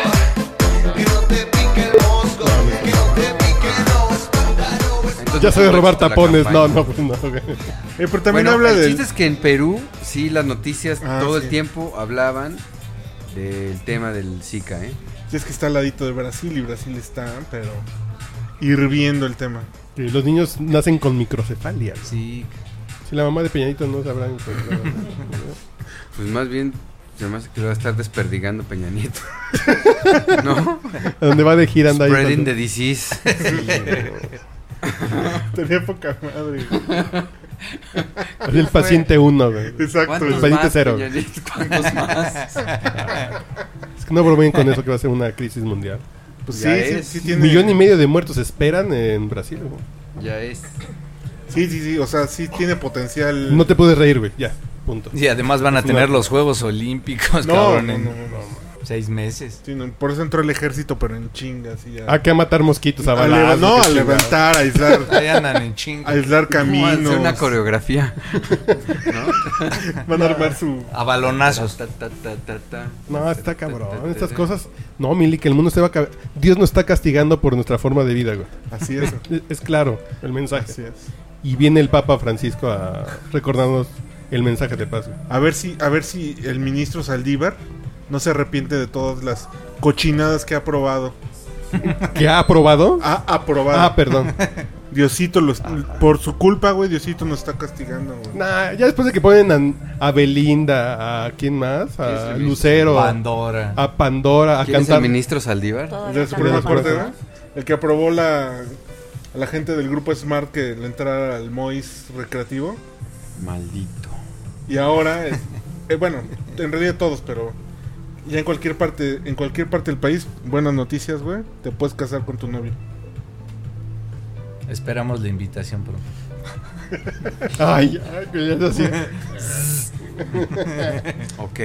Speaker 12: que no te pique el mosco, que no te pique no, espántalo, espántalo.
Speaker 2: Ya sabes robar
Speaker 3: Con la
Speaker 2: tapones, no,
Speaker 3: campaña.
Speaker 2: no, pues no, güey.
Speaker 1: Eh, pero
Speaker 3: Bueno, el chiste es que en Perú, sí, las noticias
Speaker 1: Ah,
Speaker 3: todo
Speaker 1: sí.
Speaker 3: el tiempo hablaban del tema del Zika, ¿eh?
Speaker 1: Sí, es que está al ladito de Brasil y Brasil está, pero hirviendo el tema.
Speaker 2: Que los niños nacen con microcefalia. güey.
Speaker 6: Sí.
Speaker 2: Si la mamá de Peñanito no sabrá. encontrar, güey.
Speaker 3: Pues más bien, se me hace que lo va a estar desperdigando Peña Nieto. ¿No?
Speaker 2: A donde va de gira anda ahí
Speaker 3: Spreading
Speaker 2: tanto.
Speaker 3: the disease.
Speaker 1: Tenía poca madre.
Speaker 2: Es el paciente uno, güey.
Speaker 1: Exacto.
Speaker 2: El paciente cero. Es que no bromeen con eso que va a ser una crisis mundial.
Speaker 1: Pues Ya sí, sí, es. sí tiene-
Speaker 2: Millón y medio de muertos esperan en Brasil, güey.
Speaker 3: Ya es.
Speaker 1: Sí, sí, sí. O sea, sí tiene potencial.
Speaker 2: No te puedes reír, güey. Ya, punto.
Speaker 6: Y además van a
Speaker 2: Es
Speaker 6: tener
Speaker 2: una-
Speaker 6: los Juegos Olímpicos,
Speaker 1: No,
Speaker 6: cabrón,
Speaker 1: no,
Speaker 6: en
Speaker 1: no, no.
Speaker 6: seis meses.
Speaker 1: Sí, no, por eso entró el ejército, pero en chingas. Y ya.
Speaker 2: Ah, que a matar mosquitos, a
Speaker 1: leva-
Speaker 2: balazos,
Speaker 1: No,
Speaker 2: qué
Speaker 1: a levantar, a aislar.
Speaker 6: Ahí andan en chinga.
Speaker 1: Aislar
Speaker 3: Vamos a hacer
Speaker 1: caminos.
Speaker 3: una coreografía. ¿No?
Speaker 1: Van a armar su.
Speaker 6: A balonazos.
Speaker 3: Ta, ta, ta, ta, ta.
Speaker 2: No, está cabrón. Estas cosas. No, Mili, que el mundo se va a. ca- Dios nos está castigando por nuestra forma de vida, güey.
Speaker 1: Así es.
Speaker 2: Es, es claro el mensaje.
Speaker 1: Así es.
Speaker 2: Y viene el Papa Francisco a recordarnos el mensaje de paz. güey.
Speaker 1: A ver si, a ver si el ministro Saldívar no se arrepiente de todas las cochinadas que ha aprobado.
Speaker 2: ¿Que ha aprobado?
Speaker 1: Ha aprobado.
Speaker 2: Ah, perdón.
Speaker 1: Diosito, los, por su culpa, güey, Diosito nos está castigando, güey.
Speaker 2: Nah, ya después de que ponen a, a Belinda, a quién más, a
Speaker 3: ¿Quién es el
Speaker 2: Lucero, a-
Speaker 6: Pandora.
Speaker 2: a Pandora, a
Speaker 3: ¿Quién es
Speaker 2: cantar.
Speaker 3: el ministro Saldívar?
Speaker 1: El de Suprema Corte, ¿no? El que aprobó la, a la gente del grupo Smart que le entrara al Mois recreativo.
Speaker 3: Maldito.
Speaker 1: Y ahora, es- eh, bueno, en realidad todos, pero ya en cualquier parte, en cualquier parte del país, buenas noticias, güey. Te puedes casar con tu novio.
Speaker 6: Esperamos la invitación pronto.
Speaker 2: Ay, ay, que ya es así.
Speaker 3: Ok.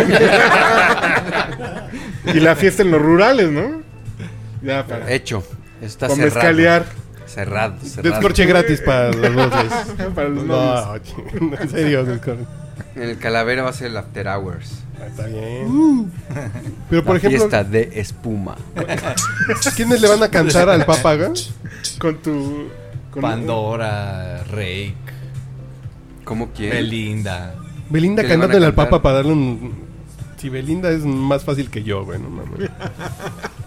Speaker 1: Y la fiesta en los rurales, ¿no? Ya, para.
Speaker 3: Hecho. Está
Speaker 1: Con
Speaker 3: eh, cerrado.
Speaker 1: mezcalear.
Speaker 3: Cerrado, cerrado.
Speaker 2: Descorche gratis para los dos. güeyes.
Speaker 1: Para los
Speaker 2: no,
Speaker 1: novios.
Speaker 2: ching, en serio, descorche.
Speaker 3: En el Calavera va a ser el After Hours.
Speaker 2: Está bien. Pero por
Speaker 3: La
Speaker 2: ejemplo,
Speaker 3: Fiesta de espuma.
Speaker 2: ¿quiénes le van a cantar al Papa? güey?
Speaker 1: Con tu. Con
Speaker 6: Pandora, Rake,
Speaker 3: ¿Cómo quién?
Speaker 6: Belinda.
Speaker 2: Belinda
Speaker 3: ¿Qué le van a
Speaker 2: cantándole al
Speaker 3: cantar?
Speaker 2: Papa para darle un. Si Belinda es más fácil que yo, güey, no mames.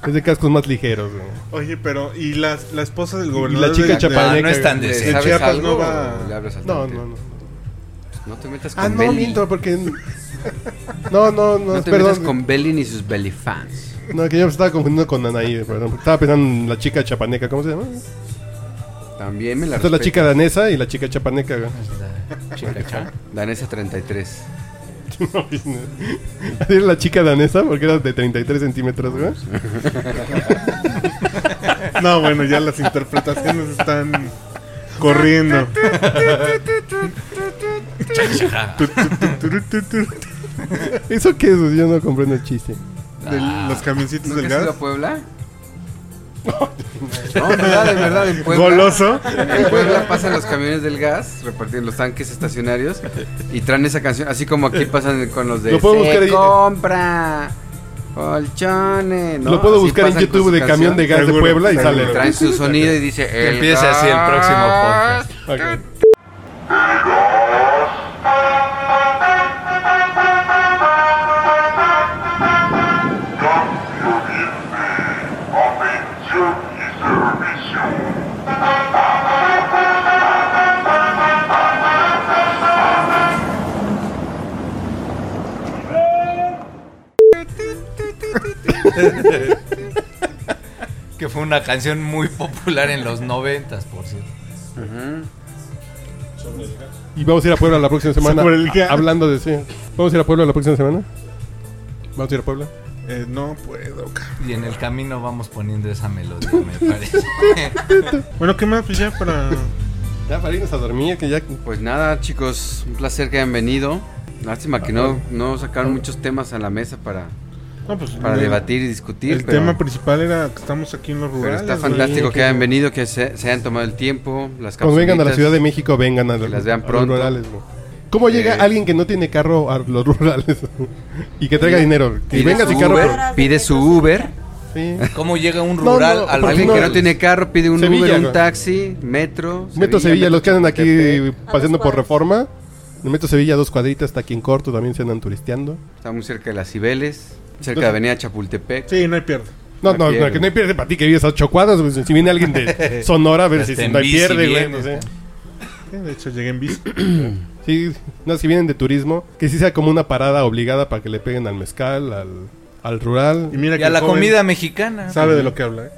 Speaker 2: Es de cascos más ligeros, güey.
Speaker 1: Oye, pero, ¿y la, la esposa del
Speaker 2: Y
Speaker 1: gobernador?
Speaker 2: la chica
Speaker 1: de- de-
Speaker 2: chapaneca,
Speaker 6: Ah, no es tan
Speaker 1: de
Speaker 6: de-
Speaker 3: ¿Le
Speaker 6: ¿En
Speaker 3: sabes
Speaker 1: Chiapas
Speaker 3: algo
Speaker 1: no
Speaker 3: o
Speaker 1: va-
Speaker 3: le hablas al
Speaker 2: No,
Speaker 3: tante?
Speaker 2: no, no.
Speaker 3: No te metas con
Speaker 2: Ah, no,
Speaker 3: Belly.
Speaker 2: miento, porque. No, no, no,
Speaker 3: No te metas
Speaker 2: perdón.
Speaker 3: con Belly ni sus Belly fans.
Speaker 2: No, que yo me estaba confundiendo con Anaí, perdón. Estaba pensando en la chica chapaneca, ¿cómo se llama?
Speaker 3: También me la
Speaker 2: Esta es la
Speaker 3: respeto.
Speaker 2: chica danesa y la chica chapaneca, güey.
Speaker 3: Danesa 33.
Speaker 2: Era la chica danesa porque era de 33 centímetros, güey.
Speaker 1: No, bueno, ya las interpretaciones están corriendo.
Speaker 2: Chachara.
Speaker 1: Tu, tu, tu, tu, tu, tu.
Speaker 2: ¿Eso qué es? Yo no comprendo el chiste.
Speaker 1: De los camioncitos
Speaker 3: ¿Nunca
Speaker 1: del
Speaker 3: has ido
Speaker 1: gas.
Speaker 3: a Puebla? No, de verdad, de verdad, en Puebla.
Speaker 1: Goloso.
Speaker 3: En Puebla pasan los camiones del gas, repartiendo los tanques estacionarios y traen esa canción, así como aquí pasan con los de
Speaker 2: Lo puedo
Speaker 3: "Se
Speaker 2: buscar ahí.
Speaker 3: compra colchones. ¿no?
Speaker 2: Lo puedo
Speaker 3: Así
Speaker 2: buscar en
Speaker 3: pasan con
Speaker 2: YouTube
Speaker 3: su
Speaker 2: de camión de gas de Puebla y sale.
Speaker 3: Traen su sonido y dice
Speaker 2: Que
Speaker 3: "El
Speaker 2: empiece así el próximo
Speaker 3: gas".
Speaker 6: que fue una canción muy popular en los noventas, por cierto.
Speaker 2: Y vamos a ir a Puebla la próxima semana.
Speaker 1: Sobre el gas.
Speaker 2: a- Hablando de sí. ¿Vamos a ir a Puebla la próxima semana? ¿Vamos a ir a Puebla?
Speaker 1: Eh, no puedo.
Speaker 6: Y en el camino vamos poniendo esa melodía, me parece.
Speaker 1: Bueno, ¿qué más? Pues ya para.
Speaker 2: Ya para irnos a dormir, que ya.
Speaker 3: Pues nada, chicos, un placer que hayan venido. Lástima que no,
Speaker 2: Ah,
Speaker 3: no sacaron muchos temas a la mesa para,
Speaker 1: No, pues,
Speaker 3: para
Speaker 1: el-
Speaker 3: debatir y discutir.
Speaker 1: El
Speaker 3: pero-
Speaker 1: tema principal era que estamos aquí en los
Speaker 3: Pero
Speaker 1: rurales.
Speaker 3: está
Speaker 1: güey.
Speaker 3: fantástico que hayan venido, que se, se hayan tomado el tiempo, las
Speaker 2: Cuando vengan a la
Speaker 3: capsulitas,
Speaker 2: Ciudad de México, vengan a
Speaker 3: que
Speaker 2: los,
Speaker 3: las vean
Speaker 2: a los
Speaker 3: pronto.
Speaker 2: rurales, güey. ¿Cómo llega
Speaker 3: Eh,
Speaker 2: alguien que no tiene carro a los rurales? y que traiga
Speaker 3: pide-
Speaker 2: dinero. Que
Speaker 3: pide
Speaker 2: venga
Speaker 3: su
Speaker 2: sin carro.
Speaker 3: Uber,
Speaker 2: pero-
Speaker 3: Pide su Uber.
Speaker 6: ¿Cómo llega un
Speaker 2: No,
Speaker 6: rural
Speaker 2: no,
Speaker 6: al
Speaker 2: porque
Speaker 3: Alguien
Speaker 2: no-
Speaker 3: que no tiene carro pide un
Speaker 2: Sevilla,
Speaker 3: Uber, un
Speaker 2: güey.
Speaker 3: taxi, metro.
Speaker 2: Metro Pues, Sevilla, los que andan aquí paseando por
Speaker 3: cuadras.
Speaker 2: reforma. El Metro Sevilla, dos cuadritas, está aquí en corto, también se andan turisteando.
Speaker 3: Está muy cerca de las Cibeles, cerca de Avenida Chapultepec.
Speaker 1: Sí, no hay pierde.
Speaker 2: No, no, no, que no hay pierde para ti que vives a ocho cuadras. güey. Si viene alguien de Sonora, a ver si,
Speaker 1: Hasta
Speaker 2: si
Speaker 1: en
Speaker 2: no hay
Speaker 1: bici
Speaker 2: pierde, güey.
Speaker 1: vienen.
Speaker 2: No sé.
Speaker 1: Sí, De hecho, llegué en bici.
Speaker 2: Sí, no, si vienen de turismo, que sí sea como una parada obligada para que le peguen al mezcal, al, al rural.
Speaker 1: Y mira que el joven Sabe de lo que habla, ¿eh?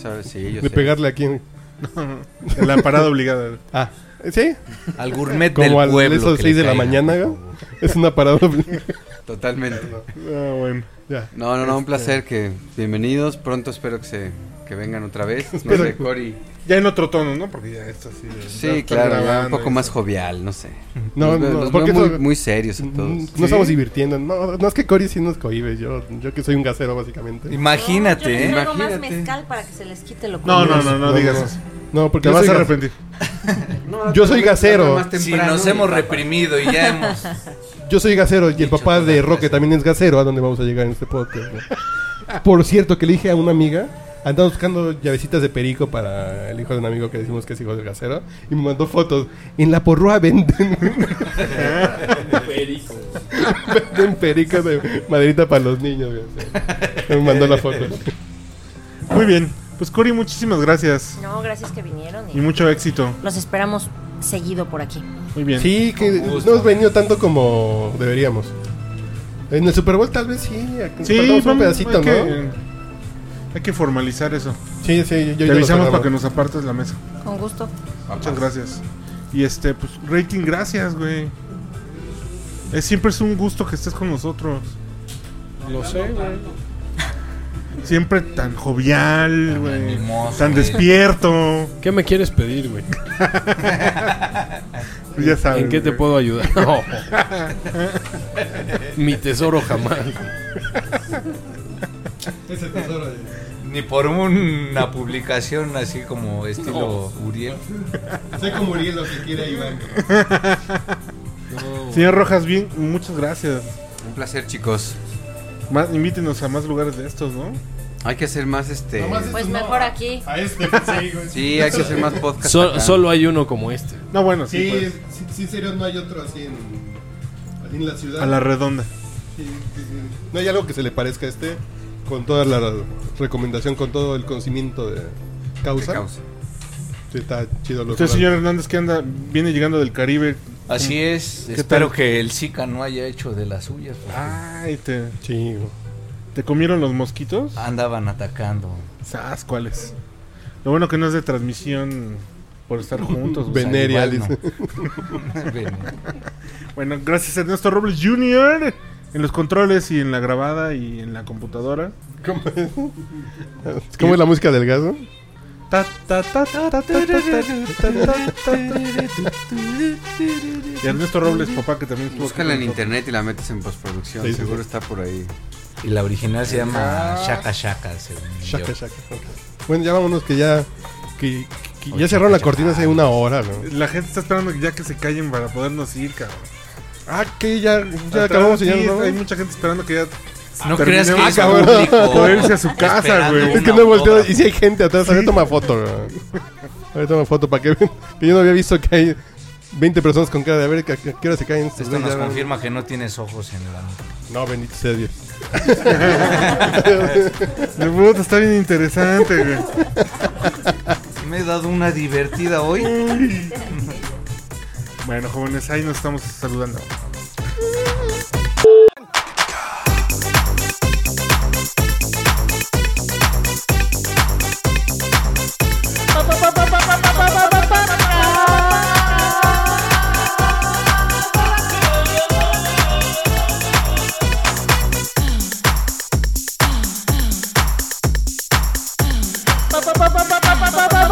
Speaker 3: Sabes, sí, yo
Speaker 2: De
Speaker 3: sé.
Speaker 2: pegarle aquí. en-
Speaker 1: No, no, en la parada obligada.
Speaker 2: Ah, ¿sí?
Speaker 6: Al gourmet
Speaker 2: Como
Speaker 6: del
Speaker 2: al-
Speaker 6: pueblo
Speaker 2: Eso
Speaker 6: que
Speaker 2: seis
Speaker 6: le
Speaker 2: de la
Speaker 6: caiga.
Speaker 2: mañana, güey. Es una parada obligada.
Speaker 3: Totalmente.
Speaker 1: Ah, bueno. Ya.
Speaker 3: No, no, no, un
Speaker 1: Este-
Speaker 3: placer que bienvenidos. Pronto espero que se que vengan otra vez. No
Speaker 1: Espero
Speaker 3: sé,
Speaker 1: que-
Speaker 3: Cory.
Speaker 1: Ya en otro tono, ¿no? Porque ya está así. de- ya
Speaker 3: Sí,
Speaker 1: está
Speaker 3: claro, ya un
Speaker 1: grabando
Speaker 3: poco
Speaker 1: y-
Speaker 3: más jovial, no sé.
Speaker 2: No,
Speaker 3: Los veo-
Speaker 2: no,
Speaker 3: los
Speaker 2: porque
Speaker 3: veo muy,
Speaker 2: eso-
Speaker 3: muy serios a
Speaker 2: Mm, No
Speaker 3: todos.
Speaker 2: estamos divirtiendo. No, no es que Cory sí nos cohíbe. Yo, yo que soy un gasero, básicamente.
Speaker 5: Yo
Speaker 6: ¿eh?
Speaker 5: les traigo más mezcal para que se les quite lo
Speaker 1: No, no,
Speaker 5: curioso.
Speaker 1: no, no digas eso.
Speaker 2: No,
Speaker 1: Te
Speaker 2: porque yo
Speaker 1: vas
Speaker 2: soy
Speaker 1: a
Speaker 2: gas-
Speaker 1: arrepentir.
Speaker 2: yo soy gasero.
Speaker 6: Si nos hemos reprimido y ya hemos...
Speaker 2: Yo soy gasero y el papá de Roque también es gasero, a donde vamos a llegar en este podcast. ¿no? Por cierto, que le dije a una amiga, andaba buscando llavecitas de perico para el hijo de un amigo que decimos que es hijo del gasero, y me mandó fotos. En la porrúa venden.
Speaker 12: Perico.
Speaker 2: venden perico de maderita para los niños. ¿no? Me mandó la foto.
Speaker 1: Muy bien. Pues, Cory, muchísimas gracias.
Speaker 5: No, gracias que vinieron.
Speaker 1: Y mucho éxito.
Speaker 5: Los esperamos seguido por aquí.
Speaker 1: Muy bien.
Speaker 2: Sí, que no hemos venido tanto como deberíamos. En el Super Bowl tal vez sí. nos
Speaker 1: Sí,
Speaker 2: faltamos un
Speaker 1: vamos,
Speaker 2: pedacito,
Speaker 1: hay que-
Speaker 2: ¿no?
Speaker 1: Hay que formalizar eso.
Speaker 2: Sí, sí, yo- yo ya
Speaker 1: Te
Speaker 2: lo
Speaker 1: avisamos
Speaker 2: pagaba.
Speaker 1: para que nos apartes la mesa.
Speaker 5: Con gusto.
Speaker 1: Muchas gracias. Y este, pues, rating, gracias, güey. Es, siempre es un gusto que estés con nosotros.
Speaker 9: Lo sé, güey.
Speaker 1: Siempre tan jovial, güey.
Speaker 9: animoso,
Speaker 1: Tan
Speaker 9: güey.
Speaker 1: despierto.
Speaker 9: ¿Qué me quieres pedir, güey?
Speaker 1: Pues ya sabes,
Speaker 4: ¿En qué te
Speaker 1: güey.
Speaker 4: puedo ayudar? No. Mi tesoro jamás.
Speaker 1: Ese tesoro de-
Speaker 6: Ni por una publicación así como estilo Uriel.
Speaker 2: Soy como Uriel, lo que quiere Iván.
Speaker 1: Señor Rojas, bien, muchas gracias.
Speaker 3: Un placer, chicos.
Speaker 1: Más, invítenos a más lugares de estos, ¿no?
Speaker 3: Hay que hacer más este.
Speaker 5: Pues mejor aquí.
Speaker 2: A este,
Speaker 3: Sí, hay que hacer más podcast.
Speaker 4: Sol-
Speaker 3: acá.
Speaker 4: solo hay uno como este.
Speaker 1: No, bueno, sí.
Speaker 2: Sí,
Speaker 1: pues.
Speaker 2: es- sí, sí, en serio, no hay otro así en, así en la ciudad.
Speaker 1: pues, A la redonda.
Speaker 2: Sí, sí, sí. No hay algo que se le parezca a este con toda la recomendación, con todo el conocimiento de causa.
Speaker 3: De causa.
Speaker 2: Sí, está chido.
Speaker 1: Usted,
Speaker 2: los horarios.
Speaker 1: Este señor Hernández, que anda, viene llegando del Caribe.
Speaker 6: Así es,
Speaker 1: ¿Qué
Speaker 6: espero
Speaker 1: tal?
Speaker 6: que el Zika no haya hecho de las suyas. porque
Speaker 1: Ay, te. ¿Te comieron los mosquitos?
Speaker 4: Ah.
Speaker 6: Andaban atacando.
Speaker 1: ¿Sabes cuáles? Lo bueno que no es de transmisión por estar juntos. güey.
Speaker 2: Pues Veneria,
Speaker 1: O sea, igual
Speaker 2: dice.
Speaker 1: no. bueno, gracias a Ernesto Robles Jr. En los controles y en la grabada y en la computadora.
Speaker 2: ¿Cómo es? ¿Cómo es la música del gaso?
Speaker 1: Ta, ta, ta, ta, ta, ta, ta, ta, ta, ta, ta, ta. Y Ernesto Robles, papá, que también estuvo
Speaker 3: Búscala en
Speaker 1: con nosotros.
Speaker 3: internet y la metes en postproducción.
Speaker 1: Sí, sí,
Speaker 3: seguro
Speaker 1: sí.
Speaker 3: está por ahí.
Speaker 6: Y la original se llama
Speaker 3: Ah.
Speaker 6: Shaka Shaka, según
Speaker 2: Shaka,
Speaker 6: yo.
Speaker 2: shaka, shaka. Bueno, ya vámonos que ya. Que, que
Speaker 6: Oye,
Speaker 2: ya cerraron la
Speaker 6: shaka,
Speaker 2: cortina
Speaker 6: shaka.
Speaker 2: hace una hora, ¿no?
Speaker 1: La gente está esperando ya que se callen para podernos ir, cabrón.
Speaker 2: Ah, que ya,
Speaker 1: Atrás,
Speaker 2: acabamos y ya
Speaker 1: sí,
Speaker 2: nos vamos.
Speaker 1: Hay mucha gente esperando que ya.
Speaker 2: No
Speaker 1: terminemos
Speaker 2: creas que
Speaker 1: de
Speaker 2: es público
Speaker 1: poder irse a su casa,
Speaker 2: esperando
Speaker 1: güey.
Speaker 2: Es que no he volteado y si hay gente atrás. A ver, toma foto. güey. A ver, toma foto para que vean. Que yo no había visto que hay 20 personas con cara de a ver que a qué hora se caen. estos
Speaker 6: Esto
Speaker 2: güeyes,
Speaker 6: nos
Speaker 2: ya van.
Speaker 6: confirma que no tienes ojos en la
Speaker 2: No, bendito sea Dios.
Speaker 1: De puta, está bien interesante, güey.
Speaker 6: Me he dado una divertida hoy.
Speaker 1: Bueno, jóvenes, ahí nos estamos saludando.
Speaker 12: pa pa pa pa pa pa pa pa